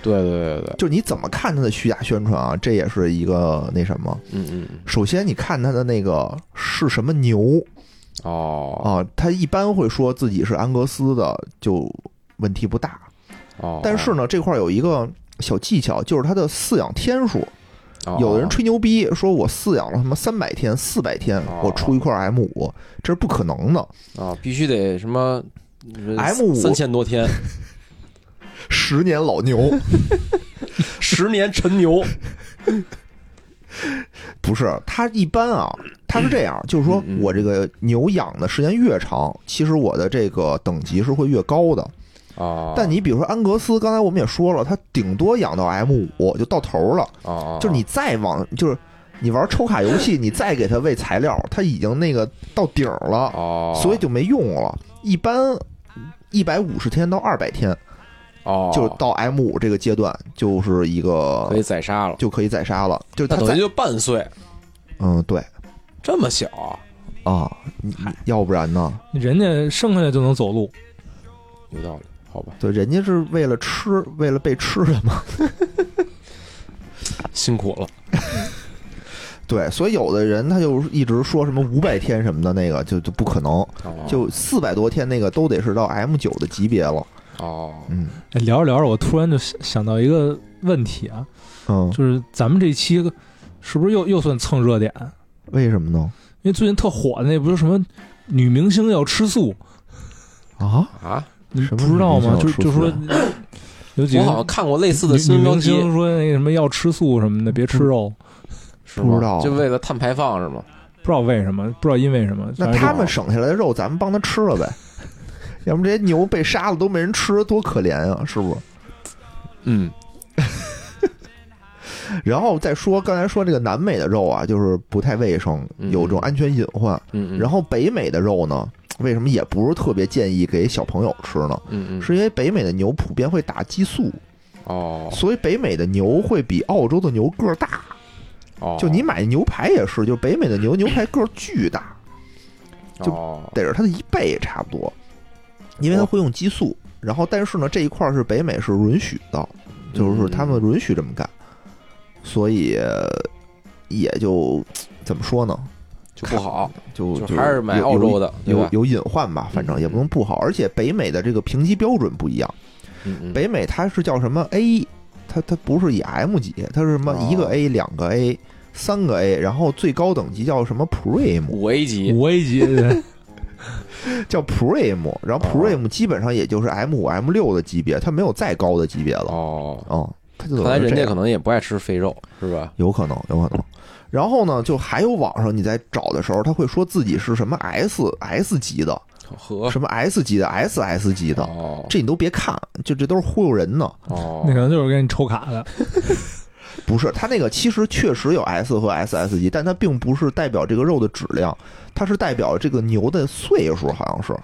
S2: 对对对对，
S1: 就是你怎么看它的虚假宣传啊？这也是一个那什么。
S2: 嗯嗯嗯
S1: 首先，你看它的那个是什么牛
S2: 哦
S1: 啊？它一般会说自己是安格斯的，就问题不大。
S2: 哦，
S1: 但是呢，这块儿有一个小技巧，就是它的饲养天数。
S2: 哦
S1: 有的人吹牛逼说，我饲养了什么三百天、四百天
S2: 哦，
S1: 我出一块 M 五，这是不可能的。
S2: 啊，必须得什么
S1: M5
S2: 呃三千多天，
S1: 十年老牛
S2: 十年陈牛，
S1: 不是，它一般啊，它是这样，就是说
S2: 嗯嗯
S1: 我这个牛养的时间越长，其实我的这个等级是会越高的。
S2: 哦，
S1: 但你比如说安格斯，刚才我们也说了，它顶多养到 M 五就到头了，
S2: 哦，
S1: 就是你再往就是你玩抽卡游戏，你再给它喂材料，它已经那个到顶儿了，
S2: 哦，
S1: 所以就没用了。一般一百五十天到二百天，
S2: 哦，
S1: 就是到 M 五这个阶段，就是一个
S2: 可以宰杀了，
S1: 就可以宰杀了，就是
S2: 那
S1: 它
S2: 等于
S1: 宰
S2: 就半岁，
S1: 嗯对
S2: 这么小，
S1: 啊，你你要不然呢？
S3: 人家生下来就能走路，
S2: 有道理，好吧，
S1: 对，人家是为了吃，为了被吃的嘛。
S2: 辛苦了，
S1: 对，所以有的人他就一直说什么五百天什么的那个，就就不可能。
S2: 哦
S1: 就四百多天那个都得是到 M 九的级别了，
S2: 哦，
S1: 嗯
S3: 哎聊着聊着，我突然就想想到一个问题啊，
S1: 嗯，
S3: 就是咱们这期是不是又又算蹭热点？啊
S1: 为什么呢？
S3: 因为最近特火的那不是什么女明星要吃素，
S1: 啊，
S2: 啊，
S3: 你
S1: 什么
S3: 不知道吗？
S1: 女
S3: 就
S1: 明星要吃素啊
S3: 就说有几
S2: 我
S3: 个
S2: 好像看过类似的
S3: 女
S2: 新
S3: 女
S2: 闻标
S3: 明
S2: 题，
S3: 星说那什么要吃素什么的，别吃
S2: 嗯
S3: 肉，
S2: 是吗
S1: 不知道啊
S2: 就为了碳排放是吗？
S3: 不知道为什么，不知道因为什么。
S1: 那
S3: 反正
S1: 他们省下来的肉，咱们帮他吃了呗。 要不这些牛被杀了都没人吃，多可怜啊，是不？
S2: 嗯，
S1: 然后再说刚才说这个南美的肉啊，就是不太卫生，
S2: 嗯
S1: 有这种安全隐患。
S2: 嗯，嗯
S1: 然后北美的肉呢，为什么也不是特别建议给小朋友吃呢？
S2: 嗯嗯，
S1: 是因为北美的牛普遍会打激素，
S2: 哦
S1: 所以北美的牛会比澳洲的牛个儿大。
S2: 哦，
S1: 就你买牛排也是，就北美的牛牛排个儿巨大，就
S2: 哦
S1: 得是它的一倍差不多，因为它会用激素。然后，但是呢，这一块儿是北美是允许的，
S2: 嗯
S1: 就是他们允许这么干，所以呃也就怎么说呢，
S2: 就不好，
S1: 就
S2: 就还是买澳洲
S1: 的，
S2: 的，对
S1: 有有
S2: 吧？
S1: 有隐患吧，反正也不能不好。而且北美的这个评级标准不一样。
S2: 嗯嗯
S1: 北美它是叫什么 A，它它不是以 M 级，它是什么
S2: 哦
S1: 一个 A、两个 A、三个 A，然后最高等级叫什么 Prime，
S2: 五 A 级，
S3: 五 A 级， 对
S1: 叫 Prime，然后
S2: 哦
S1: Prime 基本上也就是 M 五、M 六的级别，它没有再高的级别了。
S2: 哦，
S1: 哦，它就
S2: 看
S1: 等
S2: 来
S1: 于是
S2: 人
S1: 这
S2: 家
S1: 样
S2: 可能也不爱吃肥肉，是吧？
S1: 有可能，有可能。然后呢，就还有网上你在找的时候，他会说自己是什么 S S 级的，
S2: 和
S1: 什么 S 级的，S S 级的，
S2: 哦
S1: 这你都别看，就这都是忽悠人呢。
S2: 哦，
S3: 那可能就是给你抽卡的。
S1: 不是，它那个其实确实有 S 和 SS 级，但它并不是代表这个肉的质量，它是代表这个牛的岁数，好像是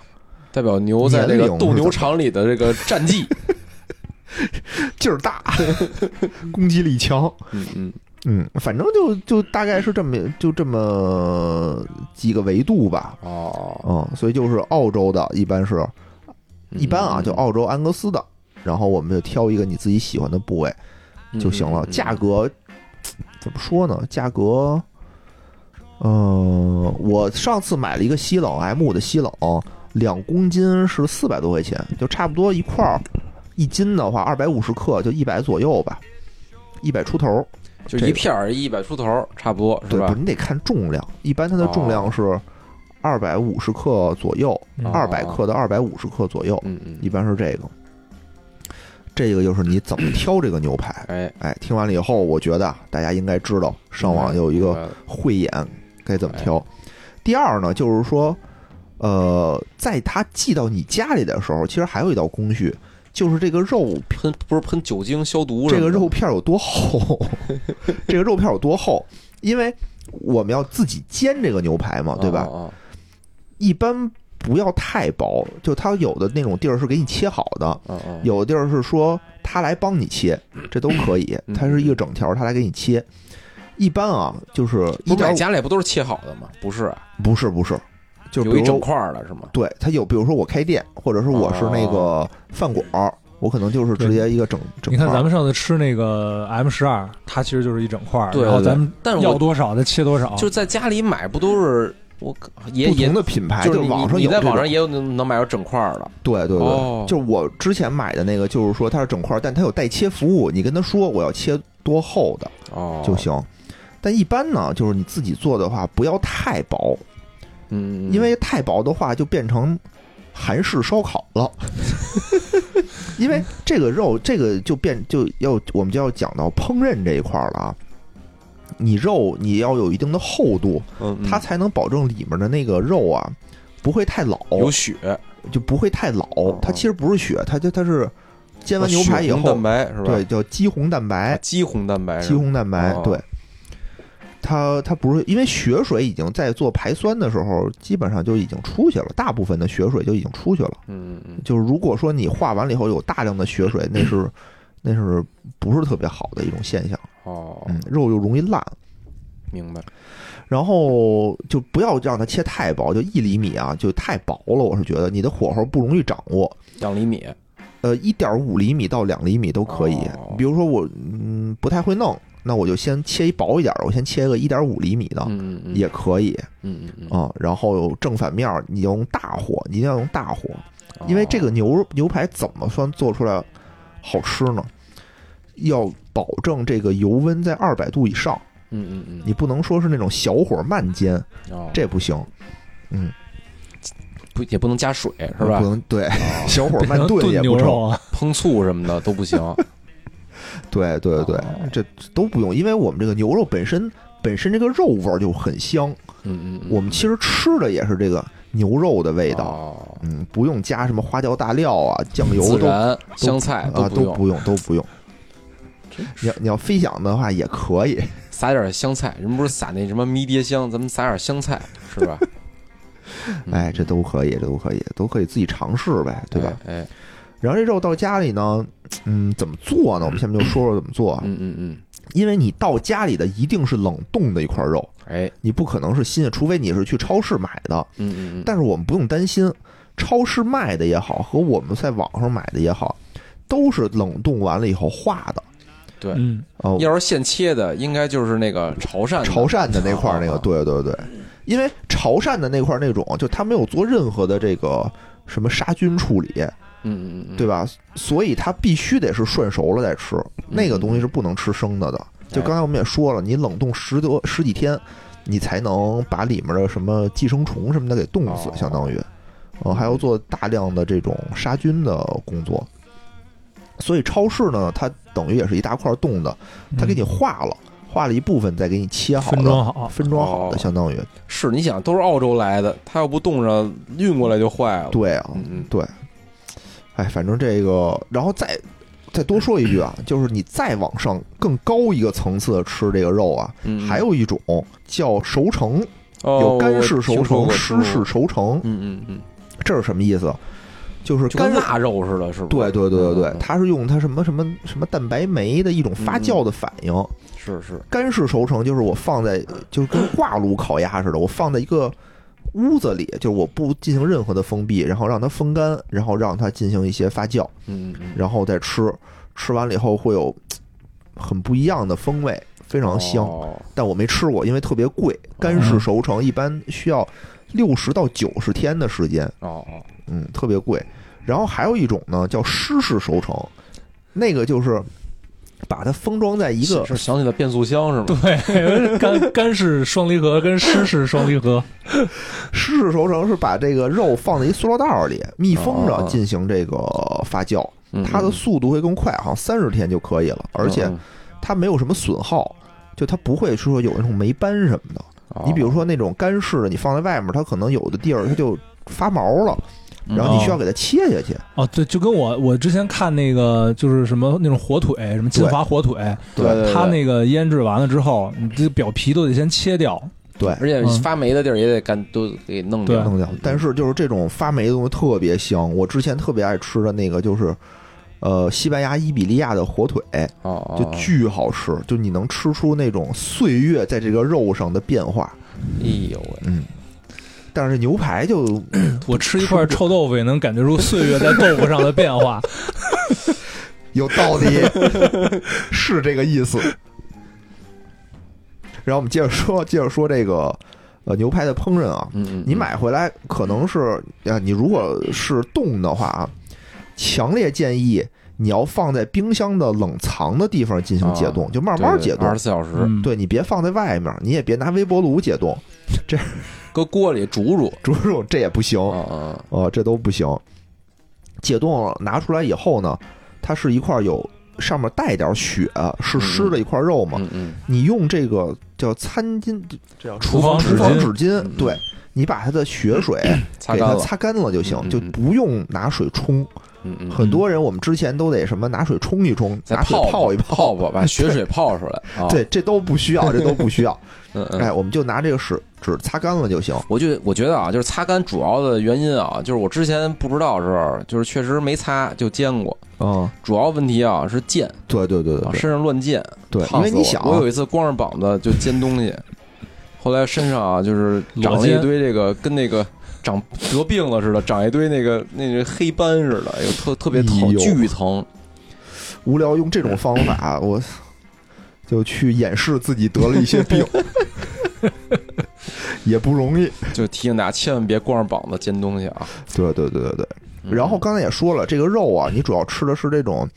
S2: 代表牛在这
S1: 年
S2: 个
S1: 龄
S2: 斗
S1: 是怎
S2: 牛
S1: 么
S2: 场里的这个战绩，
S1: 劲儿大， 攻击力强。
S2: 嗯嗯，
S1: 嗯，反正就就大概是这么就这么几个维度吧。
S2: 哦，
S1: 嗯，所以就是澳洲的，一般是一般啊，
S2: 嗯
S1: 就澳洲安格斯的，然后我们就挑一个你自己喜欢的部位
S2: 嗯
S1: 就行了。价，格怎么说呢？价格，呃，我上次买了一个西冷 M 五的西冷，两公斤是四百多块钱，就差不多一块儿一斤的话，二百五十克就一百左右吧，一百出头儿。
S2: 嗯嗯就
S1: 这
S2: 一
S1: 个
S2: 片儿一百出头，差不多是
S1: 对，不
S2: 吧哦
S1: 是？你得看重量，一般它的重量是二百五十克左右，
S3: 嗯
S1: 二百克到二百五十克左右。
S2: 嗯嗯，
S1: 一般是这个。这个就是你怎么挑这个牛排。
S2: 哎，
S1: 哎，听完了以后，我觉得啊大家应该知道上网有一
S2: 明
S1: 个
S2: 白了哎
S1: 慧眼该怎么挑。第二呢，就是说，呃，在它寄到你家里的时候，其实还有一道工序，就是这个肉
S2: 喷不是喷酒精消毒什
S1: 这
S2: 么
S1: 个
S2: 的
S1: 肉片儿有多 厚，这个肉片儿有多厚，因为我们要自己煎这个牛排嘛，对吧？
S2: 哦
S1: 一般不要太薄，就它有的那种地儿是给你切好的，
S2: 哦哦，哦
S1: 有的地儿是说他来帮你切，这都可以
S2: 嗯，
S1: 它是一个整条，他来给你切。一般啊，就是一
S2: 不是
S1: 点
S2: 买家里不都是切好的吗？不是啊，
S1: 不是不是，就比
S2: 有一
S1: 如
S2: 整
S1: 说
S2: 块儿的是吗？
S1: 对他有，比如说我开店，或者是我是那个
S2: 哦
S1: 饭馆儿，我可能就是直接一个整整
S3: 你
S1: 块
S3: 看咱
S1: 儿。
S3: 们上次吃那个 M 十二，它其实就是一整块儿，
S2: 对
S3: 然后
S2: 对
S3: 咱们
S2: 但是
S3: 要
S2: 我
S3: 多少再切多少，
S2: 就在家里买不都是我也
S1: 不
S2: 也
S1: 同的品牌，
S2: 就是
S1: 就
S2: 你
S1: 网上
S2: 你
S1: 有
S2: 在
S1: 这
S2: 网上
S1: 种
S2: 也有能能买着整块儿的，
S1: 对对
S2: 哦
S1: 对，就是我之前买的那个，就是说它是整块儿，但它有代切服务，你跟他说我要切多厚的
S2: 哦
S1: 就行。但一般呢，就是你自己做的话，不要太薄，
S2: 嗯，嗯
S1: 因为太薄的话就变成韩式烧烤了。 因为这个肉，这个就变就要我们就要讲到烹饪这一块儿了啊。你肉你要有一定的厚度，
S2: 嗯嗯
S1: 它才能保证里面的那个肉啊不会太老，
S2: 有血，
S1: 就不会太老
S2: 哦。
S1: 它其实不是血，它就它是煎完牛排以
S2: 呃血红
S1: 后
S2: 蛋，白是吧？
S1: 对，叫肌红蛋白
S2: 啊，，肌红蛋白是
S1: 肌
S2: 吧，
S1: 红蛋白
S2: 哦，
S1: 对。它它不是因为血水已经在做排酸的时候，基本上就已经出去了，大部分的血水就已经出去了。
S2: 嗯嗯
S1: 就是如果说你化完了以后有大量的血水，那是那是不是特别好的一种现象？
S2: 哦，
S1: 嗯，肉就容易烂。
S2: 明白，
S1: 然后就不要让它切太薄，就一厘米啊，就太薄了。我是觉得你的火候不容易掌握，
S2: 两厘
S1: 啊
S2: 米
S1: 呃，一点五厘米到两厘米都可以
S2: 哦。
S1: 比如说我嗯不太会弄，那我就先切一薄一点儿的，我先切个一点五厘米的、
S2: 嗯嗯，
S1: 也可以
S2: 嗯嗯嗯
S1: 啊、然后正反面儿你要用大火，你一定要用大火，
S2: 哦
S1: 因为这个牛肉牛排怎么算做出来好吃呢？要保证这个油温在二百度以上，
S2: 嗯嗯嗯，
S1: 你不能说是那种小火慢煎，
S2: 哦
S1: 这不行，
S2: 不也不能加水是吧
S1: 不？能对
S2: 哦
S1: 小火慢
S3: 能
S1: 炖也不
S3: 炖牛
S1: 成
S3: 肉，啊，
S2: 烹醋什么的都不 行。嗯
S1: 对对对
S2: 哦，
S1: 这都不用，因为我们这个牛肉本身本身这个肉味儿就很香，
S2: 嗯嗯嗯，哦
S1: 我们其实吃的也是这个牛肉的味道，
S2: 道
S1: 嗯，不用加什么花椒大料啊、酱油
S2: 孜
S1: 都
S2: 然、香菜
S1: 啊
S2: 不
S1: 都
S2: 用，
S1: 不用都不用。
S2: 真
S1: 你要你要非想的话也可以，
S2: 撒点香菜。人不是撒那什么迷迭香，咱们撒点香菜是吧？嗯
S1: 哎，这都可以，这都可以，都可以自己尝试呗， 对吧？？
S2: 哎，哎
S1: 然后这肉到家里呢，嗯，怎么做呢？我们下面就说说怎么做啊，
S2: 嗯嗯嗯，
S1: 因为你到家里的一定是冷冻的一块肉，
S2: 哎，
S1: 你不可能是新的，除非你是去超市买的。
S2: 嗯嗯嗯，
S1: 但是我们不用担心，超市卖的也好，和我们在网上买的也好，都是冷冻完了以后化的。
S2: 对
S3: 嗯，
S1: 哦、
S2: 要是现切的，应该就是那个潮汕的
S1: 潮汕的那块儿那
S2: 啊
S1: 个，
S2: 啊
S1: 对对对，因为潮汕的那块儿那种，就它没有做任何的这个什么杀菌处理，
S2: 嗯嗯嗯，
S1: 对吧？所以它必须得是涮熟了再吃，那个东西是不能吃生的的。就刚才我们也说了，你冷冻十多十几天，你才能把里面的什么寄生虫什么的给冻死
S2: 哦，
S1: 相当于，呃，还要做大量的这种杀菌的工作。所以超市呢，它等于也是一大块冻的，它给你化了，
S2: 嗯
S1: 化了一部分再给你切好
S3: 嗯分
S1: 的，
S3: 装好，
S1: 分装好的，
S2: 哦
S1: 相当于
S2: 是，你想都是澳洲来的，它要不冻着运过来就坏了。，
S1: 对啊，
S2: 嗯嗯，
S1: 对，哎，反正这个，然后再再多说一句 啊，就是你再往上更高一个层次的吃这个肉啊，
S2: 嗯
S1: 还有一种叫熟成，
S2: 哦
S1: 有干
S2: 我
S1: 式熟
S2: 听说
S1: 成、
S2: 过
S1: 湿式，熟成，
S2: 嗯嗯嗯，
S1: 这是什么意思？就是
S2: 就跟
S1: 干。
S2: 腊肉似的，是吧？
S1: 对对对对对
S2: 嗯，
S1: 它是用它什么什么什么蛋白酶的一种发酵的反应。
S2: 是是，
S1: 干式熟成就是我放在就是跟挂炉烤鸭似的，我放在一个屋子里，就是我不进行任何的封闭，然后让它风干，然后让它进行一些发酵。
S2: 嗯嗯嗯，
S1: 然后再吃，吃完了以后会有嘖很不一样的风味，非常香。
S2: 哦
S1: 但我没吃过，因为特别贵。干式熟成一般需要六十到九十天的时间，
S2: 哦哦，
S1: 嗯，特别贵。然后还有一种呢，叫湿式熟成，那个就是把它封装在一个
S2: 是想起了变速箱是吗？
S3: 对， 干干式双离合跟湿式双离合，
S1: 湿式熟成，是把这个肉放在一塑料袋里密封
S2: 哦
S1: 着
S2: 哦
S1: 进行这个发酵，
S2: 嗯
S1: 它的
S2: 嗯
S1: 速度会更快，好像三十天就可以了，而且
S2: 嗯
S1: 它没有什么损耗，就它不会说有那种霉斑什么的。
S2: 嗯
S1: 你比如说那种干式的，你放在外面，它可能有的 地儿它就发毛了，
S2: 嗯
S1: 然后你需要给它切下去。
S3: 哦，对，就跟我我之前看那个就是什么那种火腿，什么金华火腿，
S2: 对对对
S3: 它那个腌制完了之后，你这个表皮都得先切掉，
S1: 对，
S2: 而且
S3: 嗯
S2: 发霉的地儿也得干，都给弄掉。
S1: 弄掉。但是就是这种发霉的东西特别香，我之前特别爱吃的那个就是。呃，西班牙伊比利亚的火腿
S2: 哦，哦
S1: 就巨好吃，就你能吃出那种岁月在这个肉上的变化。
S2: 哎呦喂，
S1: 嗯，但是牛排就
S3: 我吃一块臭豆腐也能感觉出岁月在豆腐上的变化。
S1: 有道理， 是这个意思。然后我们接着说，接着说这个呃牛排的烹饪啊，
S2: 嗯嗯，
S1: 你买回来可能是啊，你如果是冻的话啊，强烈建议你要放在冰箱的冷藏的地方进行解冻，就慢慢解冻
S2: 哦二十。四小时，
S3: 嗯，
S1: 对你别放在外面，你也别拿微波炉解冻，
S2: 搁锅里煮煮。
S1: 猪肉这也不行。
S2: 啊啊，
S1: 呃，这都不行。解冻了拿出来以后呢，它是一块有上面带点血，是湿的一块肉嘛。
S2: 嗯嗯，
S1: 你用这个叫餐巾，这叫
S3: 厨房
S1: 厨房
S3: 纸
S1: 纸巾
S2: 嗯，
S1: 对你把它的血水
S2: 擦
S1: 给
S2: 干
S1: 它
S2: 了。
S1: 擦干了就行
S2: 嗯嗯，
S1: 就
S2: 嗯
S1: 不用拿水冲。
S2: 嗯嗯，
S1: 很多人我们之前都得什么拿水冲一冲，
S2: 再
S1: 拿水
S2: 泡
S1: 泡一
S2: 泡
S1: 泡。
S2: 吧，把血水泡出来。啊，
S1: 对，这都不需要，这都不需要。
S2: 嗯嗯。
S1: 哎，我们就拿这个纸纸擦干了就行。
S2: 我就我觉得啊，就是擦干主要的原因啊，就是我之前不知道的时候，就是确实没擦就煎过。
S1: 嗯，
S2: 主要问题啊是溅，
S1: 对对对
S2: 啊
S1: 对对
S2: 身上乱溅，
S1: 对，因
S2: 烫
S1: 为
S2: 死
S1: 你
S2: 我
S1: 想啊，
S2: 我有一次光着膀子就煎东西，后来身上啊就是长了
S3: 裸肩
S2: 一堆这个跟那个长得病了似的，长一堆那个那个黑斑似的，哎呦特特别
S1: 哎
S2: 疼，
S1: 呦
S2: 巨疼。
S1: 无聊用这种方法，我就去掩饰自己得了一些 病，也不容易。
S2: 就提醒大家千万别光着膀子煎东西啊。
S1: 对对对对对。
S2: 嗯
S1: 然后刚才也说了，这个肉啊，你主要吃的是这种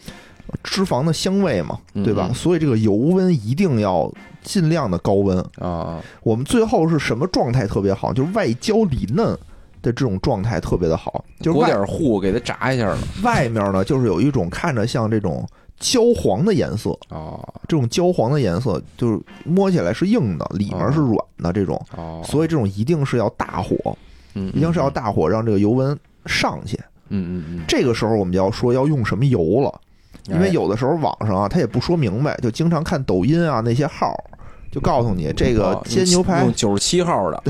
S1: 脂肪的香味嘛，对吧？
S2: 嗯嗯
S1: 所以这个油温一定要尽量的高温。
S2: 啊，
S1: 我们最后是什么状态特别好？就是外焦里嫩的这种状态特别的好，就是
S2: 裹
S1: 外
S2: 点糊给它炸一下了
S1: 外面呢，就是有一种看着像这种焦黄的颜色，
S2: 哦
S1: 这种焦黄的颜色就是摸起来是硬的，里面是软的这种，
S2: 哦，
S1: 所以这种一定是要大火，
S2: 嗯
S1: 一定是要大火让这个油温上去。
S2: 嗯嗯嗯，
S1: 这个时候我们就要说要用什么油了，因
S2: 哎
S1: 为有的时候网上啊，他也不说明白，就经常看抖音啊那些号儿，就告诉
S2: 嗯
S1: 你这个煎牛排
S2: 哦用，九十七号的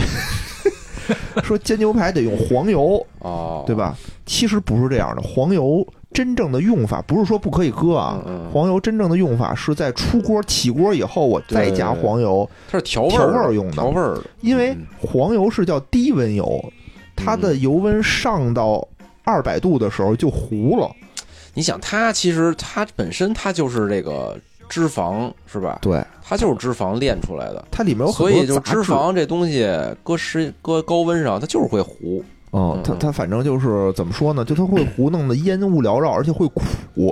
S1: 说煎牛排得用黄油，
S2: 哦，
S1: 对？吧？其实不是这样的，黄油真正的用法不是说不可以搁啊，
S2: 嗯嗯
S1: 黄油真正的用法是在出锅起锅以后，我再加黄油，
S2: 它是调味儿
S1: 调
S2: 的
S1: 味儿用的
S2: 调味儿的，
S1: 因为
S2: 嗯
S1: 黄油是叫低温油，它的油温上到二百度的时候就糊了。
S2: 你想，它其实它本身它就是这个脂肪是吧？
S1: 对，
S2: 它就是脂肪炼出来的，
S1: 它里面有很
S2: 所
S1: 多
S2: 以就
S1: 杂
S2: 脂
S1: 质。
S2: 肪这东西搁时搁高温上，它就是会糊。
S1: 嗯
S2: 嗯，
S1: 它它反正就是怎么说呢，就它会糊弄的烟雾缭绕，而且会苦，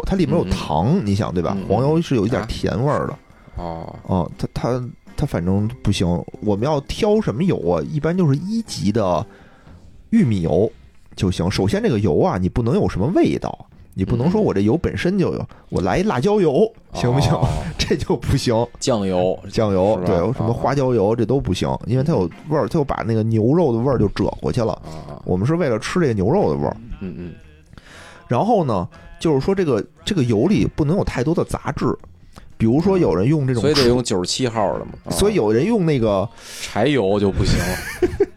S1: 它里面有
S2: 嗯嗯
S1: 糖，你想对吧
S2: 嗯嗯？
S1: 黄油是有一点
S2: 啊
S1: 甜味儿的。
S2: 哦，
S1: 哦，它它它反正不行。我们要挑什么油啊？一般就是一级的玉米油就行。首先，这个油啊，你不能有什么味道，你不能说我这油本身就有，我来一辣椒油 行不行？
S2: 嗯 哦
S1: 这就不行。
S2: 酱油，
S1: 酱油
S2: 是吧啊
S1: 对，有什么花椒油这都不行，因为它有味儿，它又把那个牛肉的味儿就遮过去了。
S2: 啊，
S1: 我们是为了吃这个牛肉的味儿。
S2: 嗯嗯，
S1: 然后呢，就是说这个这个油里不能有太多的杂质，比如说有人用这种
S2: 嗯所以得
S1: 厨
S2: 用九十七号的嘛。啊
S1: 所以有人用那个
S2: 柴油就不行了。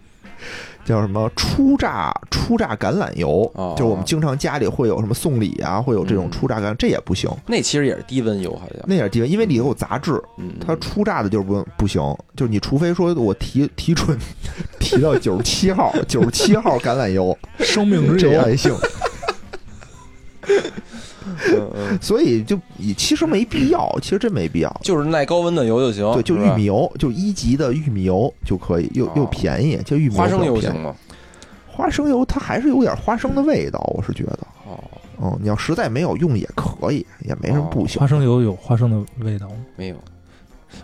S1: 叫什么初榨初榨橄榄油，
S2: 哦
S1: 就是我们经常家里会有什么送礼啊，会有这种
S2: 嗯
S1: 初榨橄榄，这也不行，
S2: 那其实也是低温油，好像。
S1: 那点地方因为里头有杂质，
S2: 嗯，
S1: 它初榨的就是不不行，就是你除非说我提提纯提到九十七号九十七号橄榄 油，
S3: 生命之
S1: 这
S3: 油
S2: 哎
S1: 样也行，
S2: 嗯嗯
S1: 所以就也其实没必要，其实真没必要。
S2: 就是耐高温的油就行。
S1: 对，就是玉
S2: 哦吧
S1: 米油，就一级的玉米油就可以，又
S2: 哦
S1: 又便宜，就玉米
S2: 花生
S1: 比较
S2: 油
S1: 便宜
S2: 行吗？
S1: 花生油它还是有点花生的味道，我是觉得。
S2: 哦，
S1: 嗯，你要实在没有用也可以，也没什么不行。
S3: 花生油有花生的味道吗？
S2: 没有，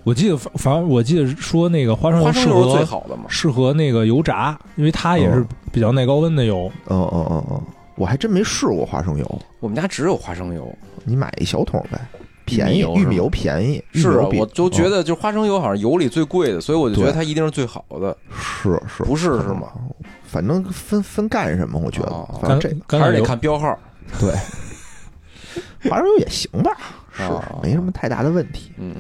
S3: 我记得反反正我记得说那个花生
S2: 花
S3: 油
S2: 生
S3: 适
S2: 油是最
S3: 合
S2: 好的嘛。
S3: 适合那个油炸，因为它也是比较耐高温的油。
S2: 哦
S1: 嗯嗯嗯嗯，我还真没试过花生油，
S2: 我们家只有花生油。
S1: 你买一小桶呗，便宜，玉
S2: 玉米油是吗
S1: 米油便宜，
S2: 是
S1: 玉米
S2: 啊
S1: 油，比
S2: 我就觉、得就花生油好像油里最贵的，所以我就觉得它一定是最好的，
S1: 嗯是是
S2: 不是是吗？？
S1: 反正分分干什么，我觉得
S2: 哦，
S1: 反正
S3: 橄
S1: 这
S3: 橄
S2: 还是
S3: 榄
S2: 得
S3: 油
S2: 看标号。
S1: 花生油也行吧，是
S2: 哦
S1: 没什么太大的问题。
S2: 嗯，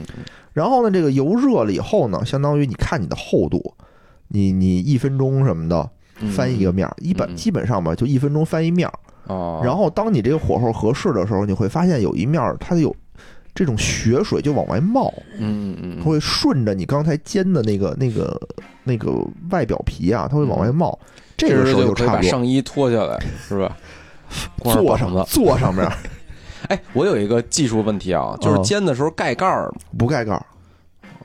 S1: 然后呢，这个油热了以后呢，相当于你看你的厚度，你你一分钟什么的
S2: 嗯
S1: 翻一个面儿，一
S2: 嗯
S1: 本
S2: 嗯
S1: 基本上吧，就一分钟翻一面儿。
S2: 哦，
S1: 然后当你这个火候合适的时候，你会发现有一面儿它有这种血水就往外冒，
S2: 嗯嗯嗯，
S1: 会顺着你刚才煎的那个那个那个外表皮啊，它会往外冒。这
S2: 嗯这
S1: 个
S2: 时
S1: 时
S2: 候
S1: 候
S2: 就可以
S1: 差
S2: 把
S1: 不多
S2: 上衣脱下来，是吧？光着
S1: 坐
S2: 膀
S1: 上
S2: 子。
S1: 坐上面
S2: 哎，我有一个技术问题啊，就是
S1: 哦
S2: 煎的时候盖盖儿。
S1: 不盖盖儿。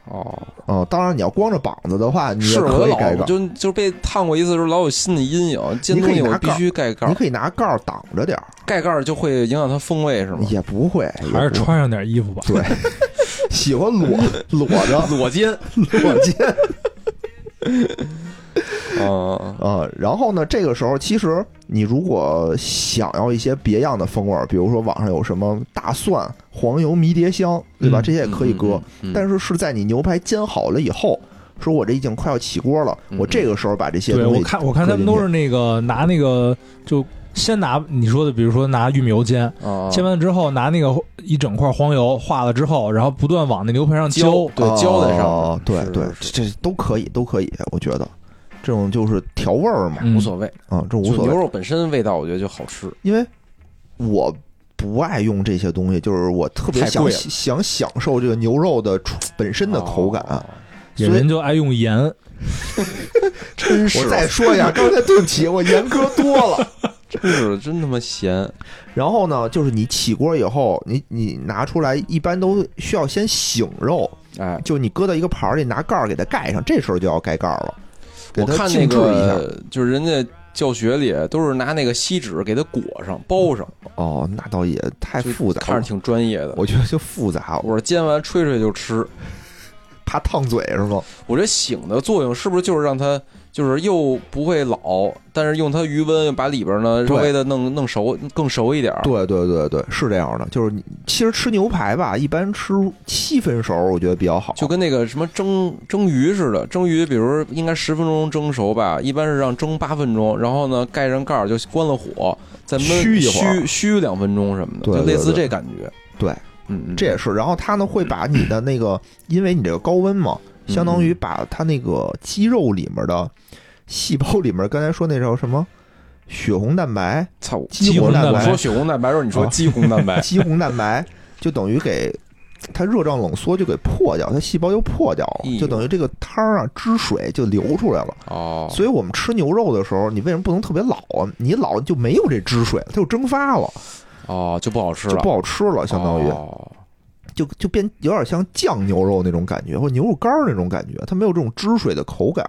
S2: 哦，
S1: 哦，当然你要光着膀子的话，你也
S2: 是我
S1: 可以
S2: 老
S1: 盖盖儿，
S2: 就就被烫过一次的时候，老有新的阴影。煎
S1: 你可
S2: 东
S1: 以
S2: 西我
S1: 拿
S2: 必
S1: 盖儿
S2: 须盖盖
S1: 你
S2: 儿，
S1: 可以拿盖儿挡着点儿，
S2: 盖盖儿就会影响它风味，是吗？
S1: 也不会，
S3: 还
S1: 也
S3: 是
S1: 不会
S3: 穿上点衣服吧。
S1: 对，喜欢 裸裸着
S2: 裸煎，
S1: 裸肩。
S2: 嗯，
S1: 呃，然后呢，这个时候其实你如果想要一些别样的风味儿，比如说网上有什么大蒜、黄油迷迭香，对吧？
S3: 嗯
S1: 这些也可以搁，
S2: 嗯，嗯嗯
S1: 但是是在你牛排煎好了以后，说我这已经快要起锅了，
S2: 嗯
S1: 我这个时候把这些
S3: 对，
S1: 东
S3: 我
S1: 西，
S3: 看我看他们都是那个拿那个就先拿你说的，比如说拿玉米油煎，
S2: 啊，
S3: 煎完了之后拿那个一整块黄油化了之后，然后不断往那牛排上
S2: 浇
S3: 浇，
S2: 对
S1: 哦
S2: 浇在上面
S1: 对
S2: 是
S1: 对，
S2: 是
S1: 这这都可以，都可以，我觉得这种就是调味儿嘛，
S3: 嗯
S2: 无所谓，
S1: 啊，这无
S2: 就
S1: 所谓
S2: 牛，肉本身味道我觉得就好吃。
S1: 因为我。不爱用这些东西，就是我特别
S2: 太
S1: 想
S2: 贵了
S1: 想享受这个牛肉的出本身的口感，啊
S2: 哦
S1: 所
S3: 有
S1: 以
S3: 人就爱用盐，
S2: 真是
S1: 我再说一下，刚才对不起，我严苛多了。
S2: 真是真他 妈闲。
S1: 然后呢，就是你起锅以后，你你拿出来，一般都需要先醒肉，
S2: 哎，
S1: 就你搁到一个盘儿里，拿盖儿给它盖上，这时候就要盖盖儿了，给
S2: 我
S1: 它
S2: 看那
S1: 静置一下。
S2: 个就是人家教学里都是拿那个锡纸给它裹上、包上，
S1: 哦，那倒也太
S2: 就
S1: 复杂
S2: 看
S1: 了
S2: 着，挺专业的。
S1: 我觉得就复杂，我
S2: 我是煎完吹吹就吃。
S1: 怕烫嘴是吗？
S2: 我这醒的作用是不是就是让它就是又不会老，但是用它余温把里边呢稍
S1: 对
S2: 微的弄弄熟更熟一点儿。
S1: 对对对对，是这样的，就是你其实吃牛排吧，一般吃七分熟，我觉得比较好。
S2: 就跟那个什么蒸蒸鱼似的，蒸鱼，比如应该十分钟蒸熟吧，一般是让蒸八分钟，然后呢盖上盖儿就关了火，再焖
S1: 虚一会儿
S2: 虚虚两分钟什么的，
S1: 对
S2: 就类似
S1: 对对
S2: 这感觉。
S1: 对
S2: 嗯，嗯，
S1: 这也是，然后它呢会把你的那个，因为你这个高温嘛，
S2: 嗯
S1: 相当于把它那个肌肉里面的细胞里面，刚才说那叫什么血红蛋白、
S2: 操
S1: 肌红
S3: 蛋
S2: 我
S3: 白
S2: 说血红蛋白，说你说
S1: 啊，
S2: 肌红蛋 白
S1: 肌红蛋白，就等于给它热胀冷缩就给破掉，它细胞就破掉
S2: 哎呦
S1: 了，就等于这个汤儿啊汁水就流出来了。
S2: 哦，
S1: 所以我们吃牛肉的时候，你为什么不能特别老啊？你老就没有这汁水了，它就蒸发了，
S2: 哦就不好吃
S1: 就
S2: 了，
S1: 不好吃了，相当于。
S2: 哦
S1: 就就变有点像酱牛肉那种感觉，或者牛肉干儿那种感觉，它没有这种汁水的口感，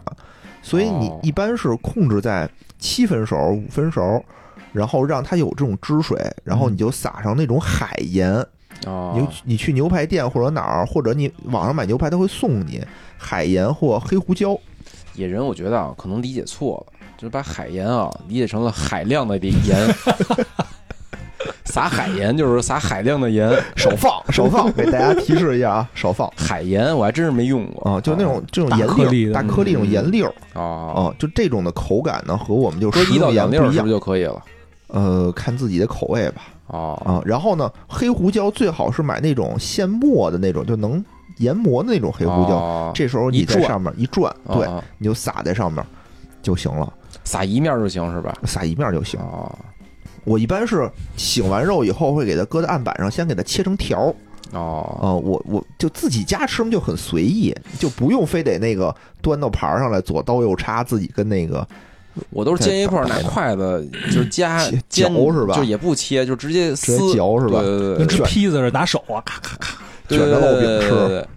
S1: 所以你
S2: 哦
S1: 一般是控制在七分熟、五分熟，然后让它有这种汁水，然后你就撒上那种海盐。你
S2: 嗯哦
S1: 就你去牛排店或者哪儿，或者你网上买牛排，他会送你海盐或黑胡 椒。
S2: 野人，我觉得啊，可能理解错了，就是把海盐啊理解成了海量的盐， 撒海盐就是撒海量的盐，
S1: 少放， 少 放，给大家提示一下啊，少放
S2: 海盐我还真是没用过
S1: 啊，就那种这种
S3: 大
S1: 盐
S3: 颗粒
S1: 粒儿，
S3: 的
S1: 大颗粒
S2: 嗯
S1: 那种盐粒儿
S2: 啊，
S1: 啊，就这种的口感呢，和我们就
S2: 搁
S1: 食
S2: 一到
S1: 用盐
S2: 两粒
S1: 不
S2: 儿
S1: 一
S2: 是
S1: 样
S2: 不是。就可以了？
S1: 呃，看自己的口味吧
S2: 哦，
S1: 啊。然后呢，黑胡椒最好是买那种现磨的那种，就能研磨的那种黑胡椒。
S2: 椒
S1: 这时候
S2: 哦一
S1: 你在
S2: 转
S1: 上面一转，对，
S2: 啊、
S1: 你就撒在上面就行了，
S2: 撒一面就行是吧？
S1: 撒一面就行。
S2: 哦
S1: 我一般是醒完肉以后会给它搁在案板上，先给它切成条儿
S2: 哦，
S1: 啊、我我就自己家吃嘛，就很随意，就不用非得那个端到盘儿上来，左刀右叉，自己跟那个
S2: 我都是煎一块儿拿筷子就是夹
S1: 切
S2: 煎
S1: 嚼是吧
S2: 就也不切，就直接
S1: 直
S2: 撕，
S1: 接嚼是吧？
S2: 对对
S3: 跟
S2: 对
S3: 吃
S1: 卷
S3: 披萨似的，拿手啊，咔
S2: 对，
S1: 卷着
S2: 对
S1: 烙饼吃，
S2: 对对对对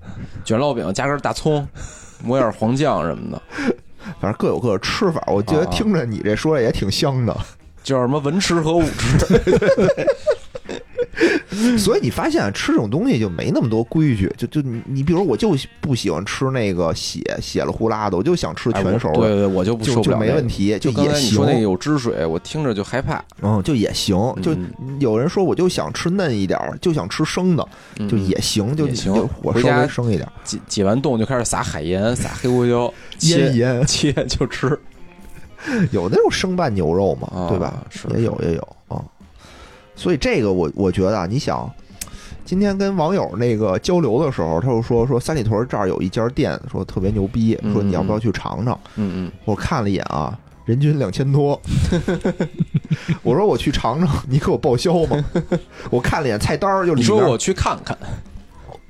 S2: 卷烙饼加根大葱，抹点黄酱什么的，
S1: 反正各有各的吃法。我觉得
S2: 啊啊
S1: 听着你这说着也挺香的。
S2: 叫什么文吃和武吃。
S1: 所以你发现啊吃这种东西就没那么多规矩，就就你你比如我就不喜欢吃那个血血了呼啦的，我就想吃
S2: 哎
S1: 全
S2: 我
S1: 熟
S2: 对
S1: 的，
S2: 对，对我就不
S1: 就
S2: 受不
S1: 就
S2: 了那
S1: 没
S2: 个。
S1: 问题，
S2: 就刚
S1: 也
S2: 才你说那个
S1: 行，
S2: 有汁水，我听着就害怕，
S1: 嗯，就也行，就
S2: 嗯
S1: 有人说我就想吃嫩一点儿，就想吃生的，
S2: 嗯
S1: 就也行，就
S2: 也行
S1: 就我
S2: 回
S1: 稍
S2: 家
S1: 微生一点儿，
S2: 解解完冻就开始撒海盐、撒黑胡椒，
S1: 腌一
S2: 切
S1: 腌，
S2: 切就吃，
S1: 有那种生拌牛肉嘛，
S2: 啊
S1: 对吧？
S2: 是
S1: 也有也有啊、所以这个我我觉得啊，你想。今天跟网友那个交流的时候，他就说说三里屯这儿有一家店，说特别牛逼，说你要不要去尝尝？
S2: 嗯嗯，
S1: 我看了一眼啊，人均两千 多。我说我去尝尝，你给我报销吗？ 我看了一眼菜单儿，就
S2: 你
S1: 里
S2: 说
S1: 面
S2: 我去看看，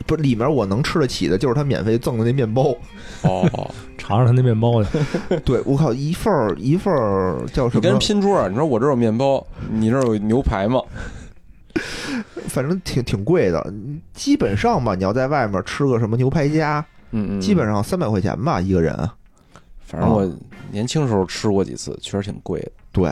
S1: 不是里面我能吃得起的，就是他免费赠的那面 包。
S2: 哦，
S3: 尝尝他那面包去。
S1: 对我靠，一份儿一份儿叫什
S2: 你跟人
S1: 么？
S2: 拼桌儿，你说我这儿有面包，你那儿有牛排吗？
S1: 反正挺挺贵的，基本上吧，你要在外面吃个什么牛排家，
S2: 嗯嗯，
S1: 基本上三啊百块钱吧一个人。
S2: 反正我年轻时候吃过几次，确实挺贵的。
S1: 对，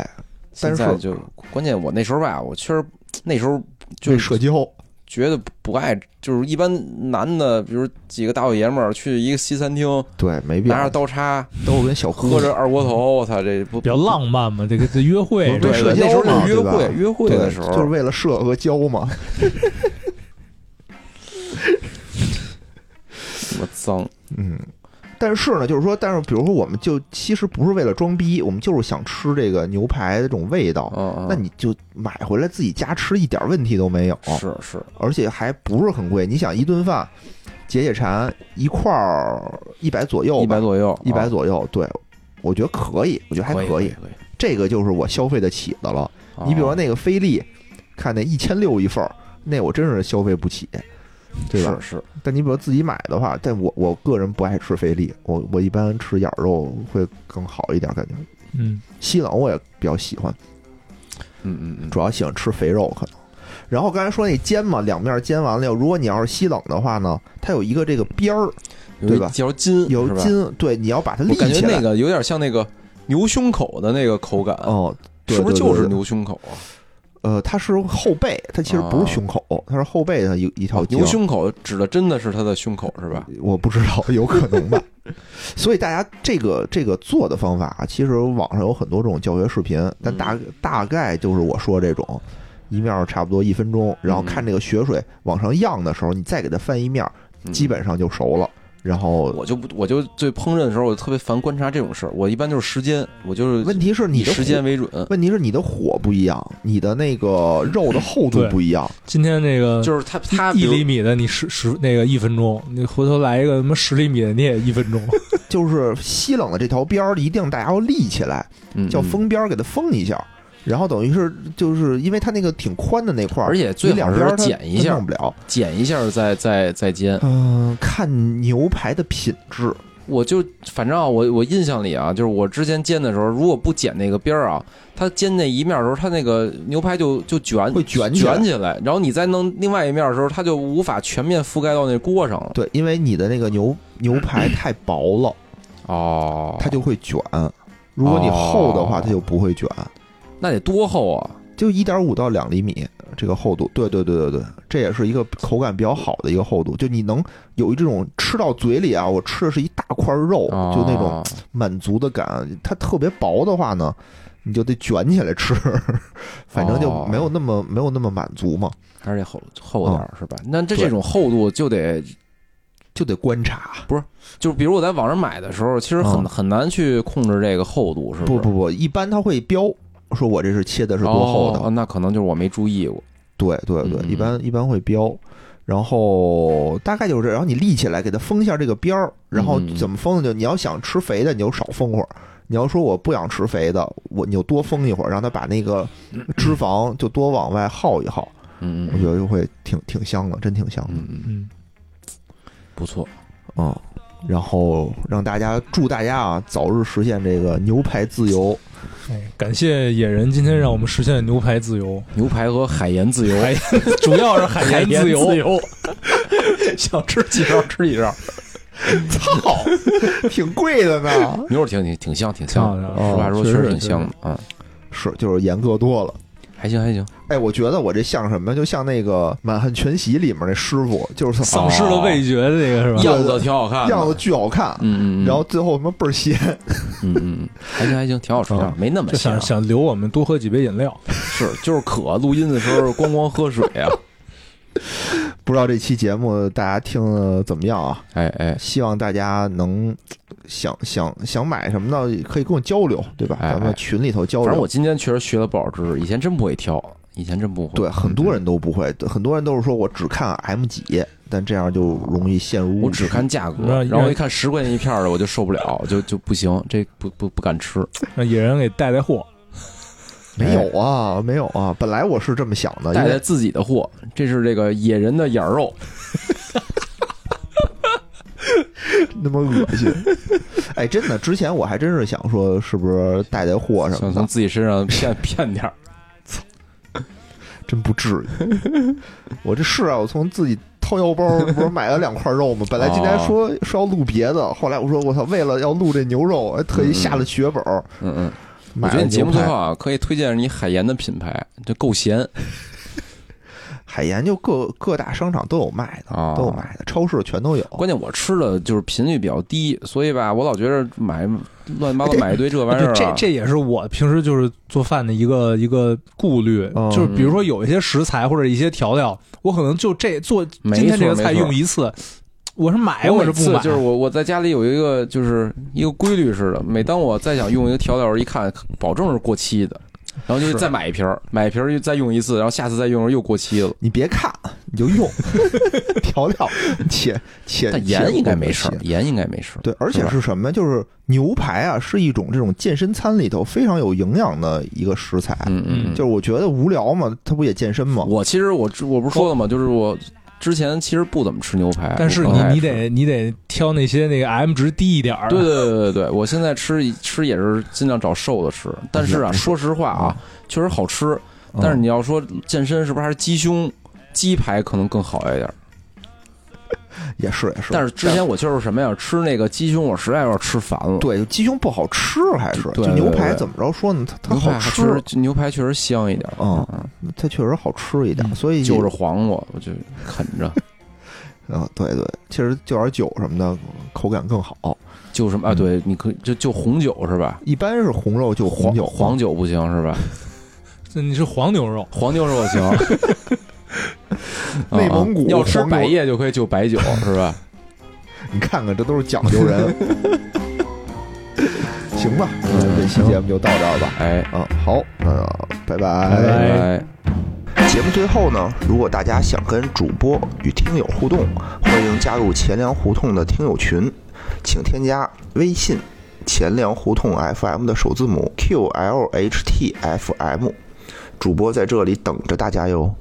S1: 但是
S2: 现在就关键我那时候吧，我确实那时候就
S1: 对社交，
S2: 觉得不不爱，就是一般男的，比如几个大老爷们儿去一个西餐厅，
S1: 对，没必
S2: 拿着
S1: 要。
S2: 刀叉，
S1: 都是跟小姑
S2: 喝
S1: 娘
S2: 着二锅头，我操，这
S1: 嗯
S2: 不
S3: 比较浪漫嘛，这个这约会
S1: 不
S2: 对，
S1: 是
S3: 这个
S1: 社交
S2: 那时候
S1: 嘛
S2: 是约
S1: 对吧
S2: 会，约会
S1: 对
S2: 的时候
S1: 就是为了社和交 嘛。
S2: 什么脏，
S1: 嗯，但是呢，就是说，但是比如说，我们就其实不是为了装逼，我们就是想吃这个牛排的这种味道。
S2: 嗯嗯，
S1: 那你哦就买回来自己家吃，一点问题都没有，
S2: 是是，
S1: 而且还不是很贵。你想一顿饭解解馋，一块儿一百左右
S2: 一百
S1: 吧，
S2: 左右，
S1: 一百
S2: 啊
S1: 左右，对。我觉得可以，我觉得还
S2: 可
S1: 可
S2: 以哦
S1: 以，，这个就是我消费得起的了。你比如说
S2: 那
S1: 那个菲力，看那一千六一份儿，那我真是消费不起，对吧？
S2: 嗯是是，
S1: 但你比如自己买的话，但我我个人不爱吃菲力，我我一般吃眼肉会更好一点，感觉
S3: 嗯，
S1: 西冷我也比较喜欢。
S2: 嗯嗯嗯，
S1: 主要喜欢吃肥肉可能。然后刚才说那煎嘛，两面煎完了，如果你要是吸冷的话呢，它有一个这个边儿，
S2: 有
S1: 对
S2: 一
S1: 吧
S2: 条筋，
S1: 有
S2: 是吧，
S1: 筋，对，你要把它立
S2: 我感
S1: 起
S2: 觉
S1: 来。
S2: 那个有点像那个牛胸口的那个口感，
S1: 哦，对
S2: 是不是
S1: 对对
S2: 就是
S1: 对
S2: 牛胸口啊？
S1: 呃，它是后背，它其实不是胸口，
S2: 哦
S1: 它是后背的一一条筋。
S2: 牛哦胸口指的真的是它的胸口是吧？
S1: 我不知道，有可能 吧。所以大家这个这个做的方法，其实网上有很多这种教学视频，但大、
S2: 嗯
S1: 大概就是我说这种，一面儿差不多一分
S2: 嗯
S1: 钟，然后看这个血水往上漾的时候，你再给它翻一面儿，
S2: 嗯
S1: 基本上就熟了。然后
S2: 我就不，我就对烹饪的时候，我特别烦观察这种事儿。我一般就是时间，我就是
S1: 问题是你
S2: 以
S1: 的
S2: 时间
S1: 火，
S2: 为准，
S1: 问题是你的火不一样，你的那个肉的厚度
S3: 对
S1: 不一样。
S3: 今天这个
S2: 就是它它
S3: 一
S2: 比如
S3: 厘米的，你十十那个一分钟，你回头来一个什么十厘米的，你也一 分钟。
S1: 就是吸冷的这条边儿一定大家要立起来，
S2: 嗯
S1: 叫
S2: 嗯
S1: 封边儿给它封一下。然后等于是就是因为它那个挺宽的那块儿，
S2: 而且最
S1: 你两
S2: 好
S1: 边儿
S2: 是
S1: 它
S2: 剪一
S1: 它
S2: 下
S1: 弄，不了。
S2: 剪一下再再再煎。
S1: 嗯、看牛排的品质，
S2: 我就反正啊，我我印象里啊，就是我之前煎的时候，如果不剪那个边儿啊，它煎那一面的时候，它那个牛排就就卷
S1: 会卷起来
S2: 卷起来，然后你再弄另外一面的时候，它就无法全面覆盖到那锅上了。
S1: 对，因为你的那个牛牛排太薄了，
S2: 嗯 哦，
S1: 它就会卷。如果你厚的话，
S2: 哦
S1: 它就不会卷，
S2: 那得多厚啊！
S1: 就一点五到两厘米这个厚度。对对对对对，这也是一个口感比较好的一个厚度，就你能有一这种吃到嘴里啊，我吃的是一大块肉，就那种
S2: 哦
S1: 满足的感。它特别薄的话呢，你就得卷起来吃， 反正就没有那
S2: 哦
S1: 么、没有那么满足嘛，
S2: 还是得厚厚点
S1: 嗯
S2: 儿、是吧？那这这种厚度就得
S1: 就得观察。
S2: 就是，比如我在网上买的时候，其实很、
S1: 嗯
S2: 很难去控制这个厚度，是
S1: 不
S2: 不
S1: 不
S2: 是？
S1: 不，一般它会标说我这是切的是多厚的，
S2: 哦哦那可能就是我没注意过。
S1: 对对对，
S2: 嗯
S1: 一般一般会标。然后大概就是这，然后你立起来给它封一下这个边儿，然后
S2: 嗯嗯嗯
S1: 怎么封呢？就你要想吃肥的，你就少封会儿；你要说我不想吃肥的，我你就多封一会儿，让它把那个脂肪就多往外耗一耗，
S2: 嗯
S1: 我觉得就会挺挺香的，真挺香的。
S2: 嗯嗯，
S3: 嗯，
S2: 不错。
S1: 嗯，然后让大家祝大家啊早日实现这个牛排自由。
S3: 哎，感谢野人今天让我们实现牛排自 由，
S2: 牛排和海盐自 由，
S3: 主要是海
S2: 海
S3: 盐
S2: 盐
S3: 自由。
S2: 自
S3: 想吃几勺吃几勺，
S1: 操， 挺贵的呢。
S2: 牛肉挺挺挺香，挺
S3: 挺好
S2: 香。的。
S3: 的啊。
S1: 哦
S2: 实话说，
S3: 确
S2: 确
S3: 实
S2: 实挺
S3: 是
S2: 香的啊，
S1: 是，就是严格多了。
S2: 还行还行。
S1: 哎，我觉得我这像什么？就像那个《满汉全席》里面那师傅，就是他
S3: 丧失了味觉的那个是吧？
S2: 样子挺好看的，
S1: 样子巨好看，
S2: 嗯嗯嗯，
S1: 然后最后他妈倍儿鲜。
S2: 嗯嗯嗯，还行还行，挺好吃的
S3: 嗯，
S2: 没那么
S3: 就想
S2: 香。
S3: 想留我们多喝几杯饮料。
S2: 是就是渴，录音的时候咣咣喝水啊。
S1: 不知道这期节目大家听的怎么样啊？
S2: 哎哎，
S1: 希望大家能想想想买什么的，可以跟我交流，对吧？
S2: 哎哎
S1: 咱们群里头交
S2: 反正我
S1: 流。
S2: 今天确实学了不少知识，以前真不会挑，以前真不会。
S1: 对，很多人都不会，很多人都是说我只看 M 几，但这样就容易陷入
S2: 我
S1: 误区
S2: 只看价
S3: 那
S2: 格，然后一看十块钱一片儿的，我就受不了，就就不行，这不不不敢吃。
S3: 让野人给带带货，
S1: 没有啊，没有啊，本来我是这么想的，因
S2: 哎带带
S1: 为
S2: 自己的货，这是这个野人的眼儿肉。
S1: 那么恶心。 哎，真的，之前我还真是想说，是不是带带货什
S2: 想
S1: 么
S2: 从
S1: 的，
S2: 自己身上骗骗点儿，
S1: 真不至于。我这是啊，我从自己掏腰包不是买了两块肉吗？本来今
S2: 哦
S1: 天说说要录别的，后来我说我操，为了要录这牛肉，还特意下了血本儿
S2: 嗯嗯，我
S1: 买
S2: 觉得
S1: 了
S2: 你节
S1: 牛
S2: 目最后
S1: 排。
S2: 啊，可以推荐你海盐的品牌，这够咸
S1: 海盐就各各大商场都有卖的，
S2: 啊
S1: 都。有卖的，超市全都有。
S2: 关键我吃的就是频率比较低，所以吧，我老觉着买乱七八糟买一堆这玩意儿、
S3: 对
S2: 啊，
S3: 这这也是我平时就是做饭的一个一个顾虑，
S1: 嗯
S3: 就是比如说有一些食材或者一些调料，我可能就这做
S2: 没
S3: 今天这个
S2: 错
S3: 菜
S2: 没错
S3: 用一次，我是买
S2: 我
S3: 是
S2: 每
S3: 不
S2: 次
S3: 买，
S2: 就是我我在家里有一个就是一个规律似的，每当我再想用一个调料的时候，一看保证是过期的，然后就是再买一瓶儿，买一瓶儿又再用一次，然后下次再用的时候又过期了。
S1: 你别看，你就 用调料，且且
S2: 但盐应该没事儿
S1: 且，
S2: 盐应该没事儿。
S1: 对，而且是什么？就是牛排啊，是一种这种健身餐里头非常有营养的一个食材。
S2: 嗯嗯，嗯
S1: 就是我觉得无聊嘛，它不也健身吗？
S2: 我其实我我不是说了吗？就是我之前其实不怎么吃牛排，
S3: 但是
S2: 我
S3: 你
S2: 不太
S3: 你
S2: 爱吃
S3: 得你得挑那些那个 M 值低一点儿，
S2: 对对对对对，我现在吃吃也是尽量找瘦的吃，但是
S1: 嗯
S2: 啊，说实话啊，确实好吃，
S3: 嗯，
S2: 但是你要说健身是不是还是鸡胸？鸡排可能更好一点儿，
S1: 也是也是。
S2: 但是之前我就是什么呀，吃那个鸡胸，我实在有点吃烦了。
S1: 对鸡胸不好吃，还是
S2: 对
S1: 就牛
S2: 对
S1: 排
S2: 对
S1: 怎么着说呢？它它
S2: 牛排
S1: 好
S2: 还
S1: 吃
S2: 确，实，牛排确实香一点儿，
S1: 嗯
S2: 嗯，
S1: 它确实好吃一点，
S3: 嗯
S1: 所以
S2: 揪着黄瓜我就啃着，
S1: 嗯，对对，其实就点酒什么的，口感更好。
S2: 就什么啊？
S3: 嗯
S2: 对，你可以就就红酒是吧？
S1: 一般是红肉就
S2: 黄
S1: 红酒，
S2: 黄酒不行是吧？
S3: 这你是黄牛肉，
S2: 黄牛肉行。
S1: 内蒙古
S2: 啊要吃
S1: 黄牛
S2: 百叶就可以就白酒是吧？
S1: 你看看这都是讲究人。 行吧，
S3: 嗯
S1: 那这期节目就到这儿吧。
S2: 哎，
S1: 嗯，好，那拜
S3: 拜拜
S1: 哎
S2: 拜。
S1: 节目最后呢，如果大家想跟主播与听友互动，欢迎加入钱粮胡同的听友群，请添加微信“钱粮胡同 FM” 的首字母 “QLHTFM”，主播在这里等着大家哟。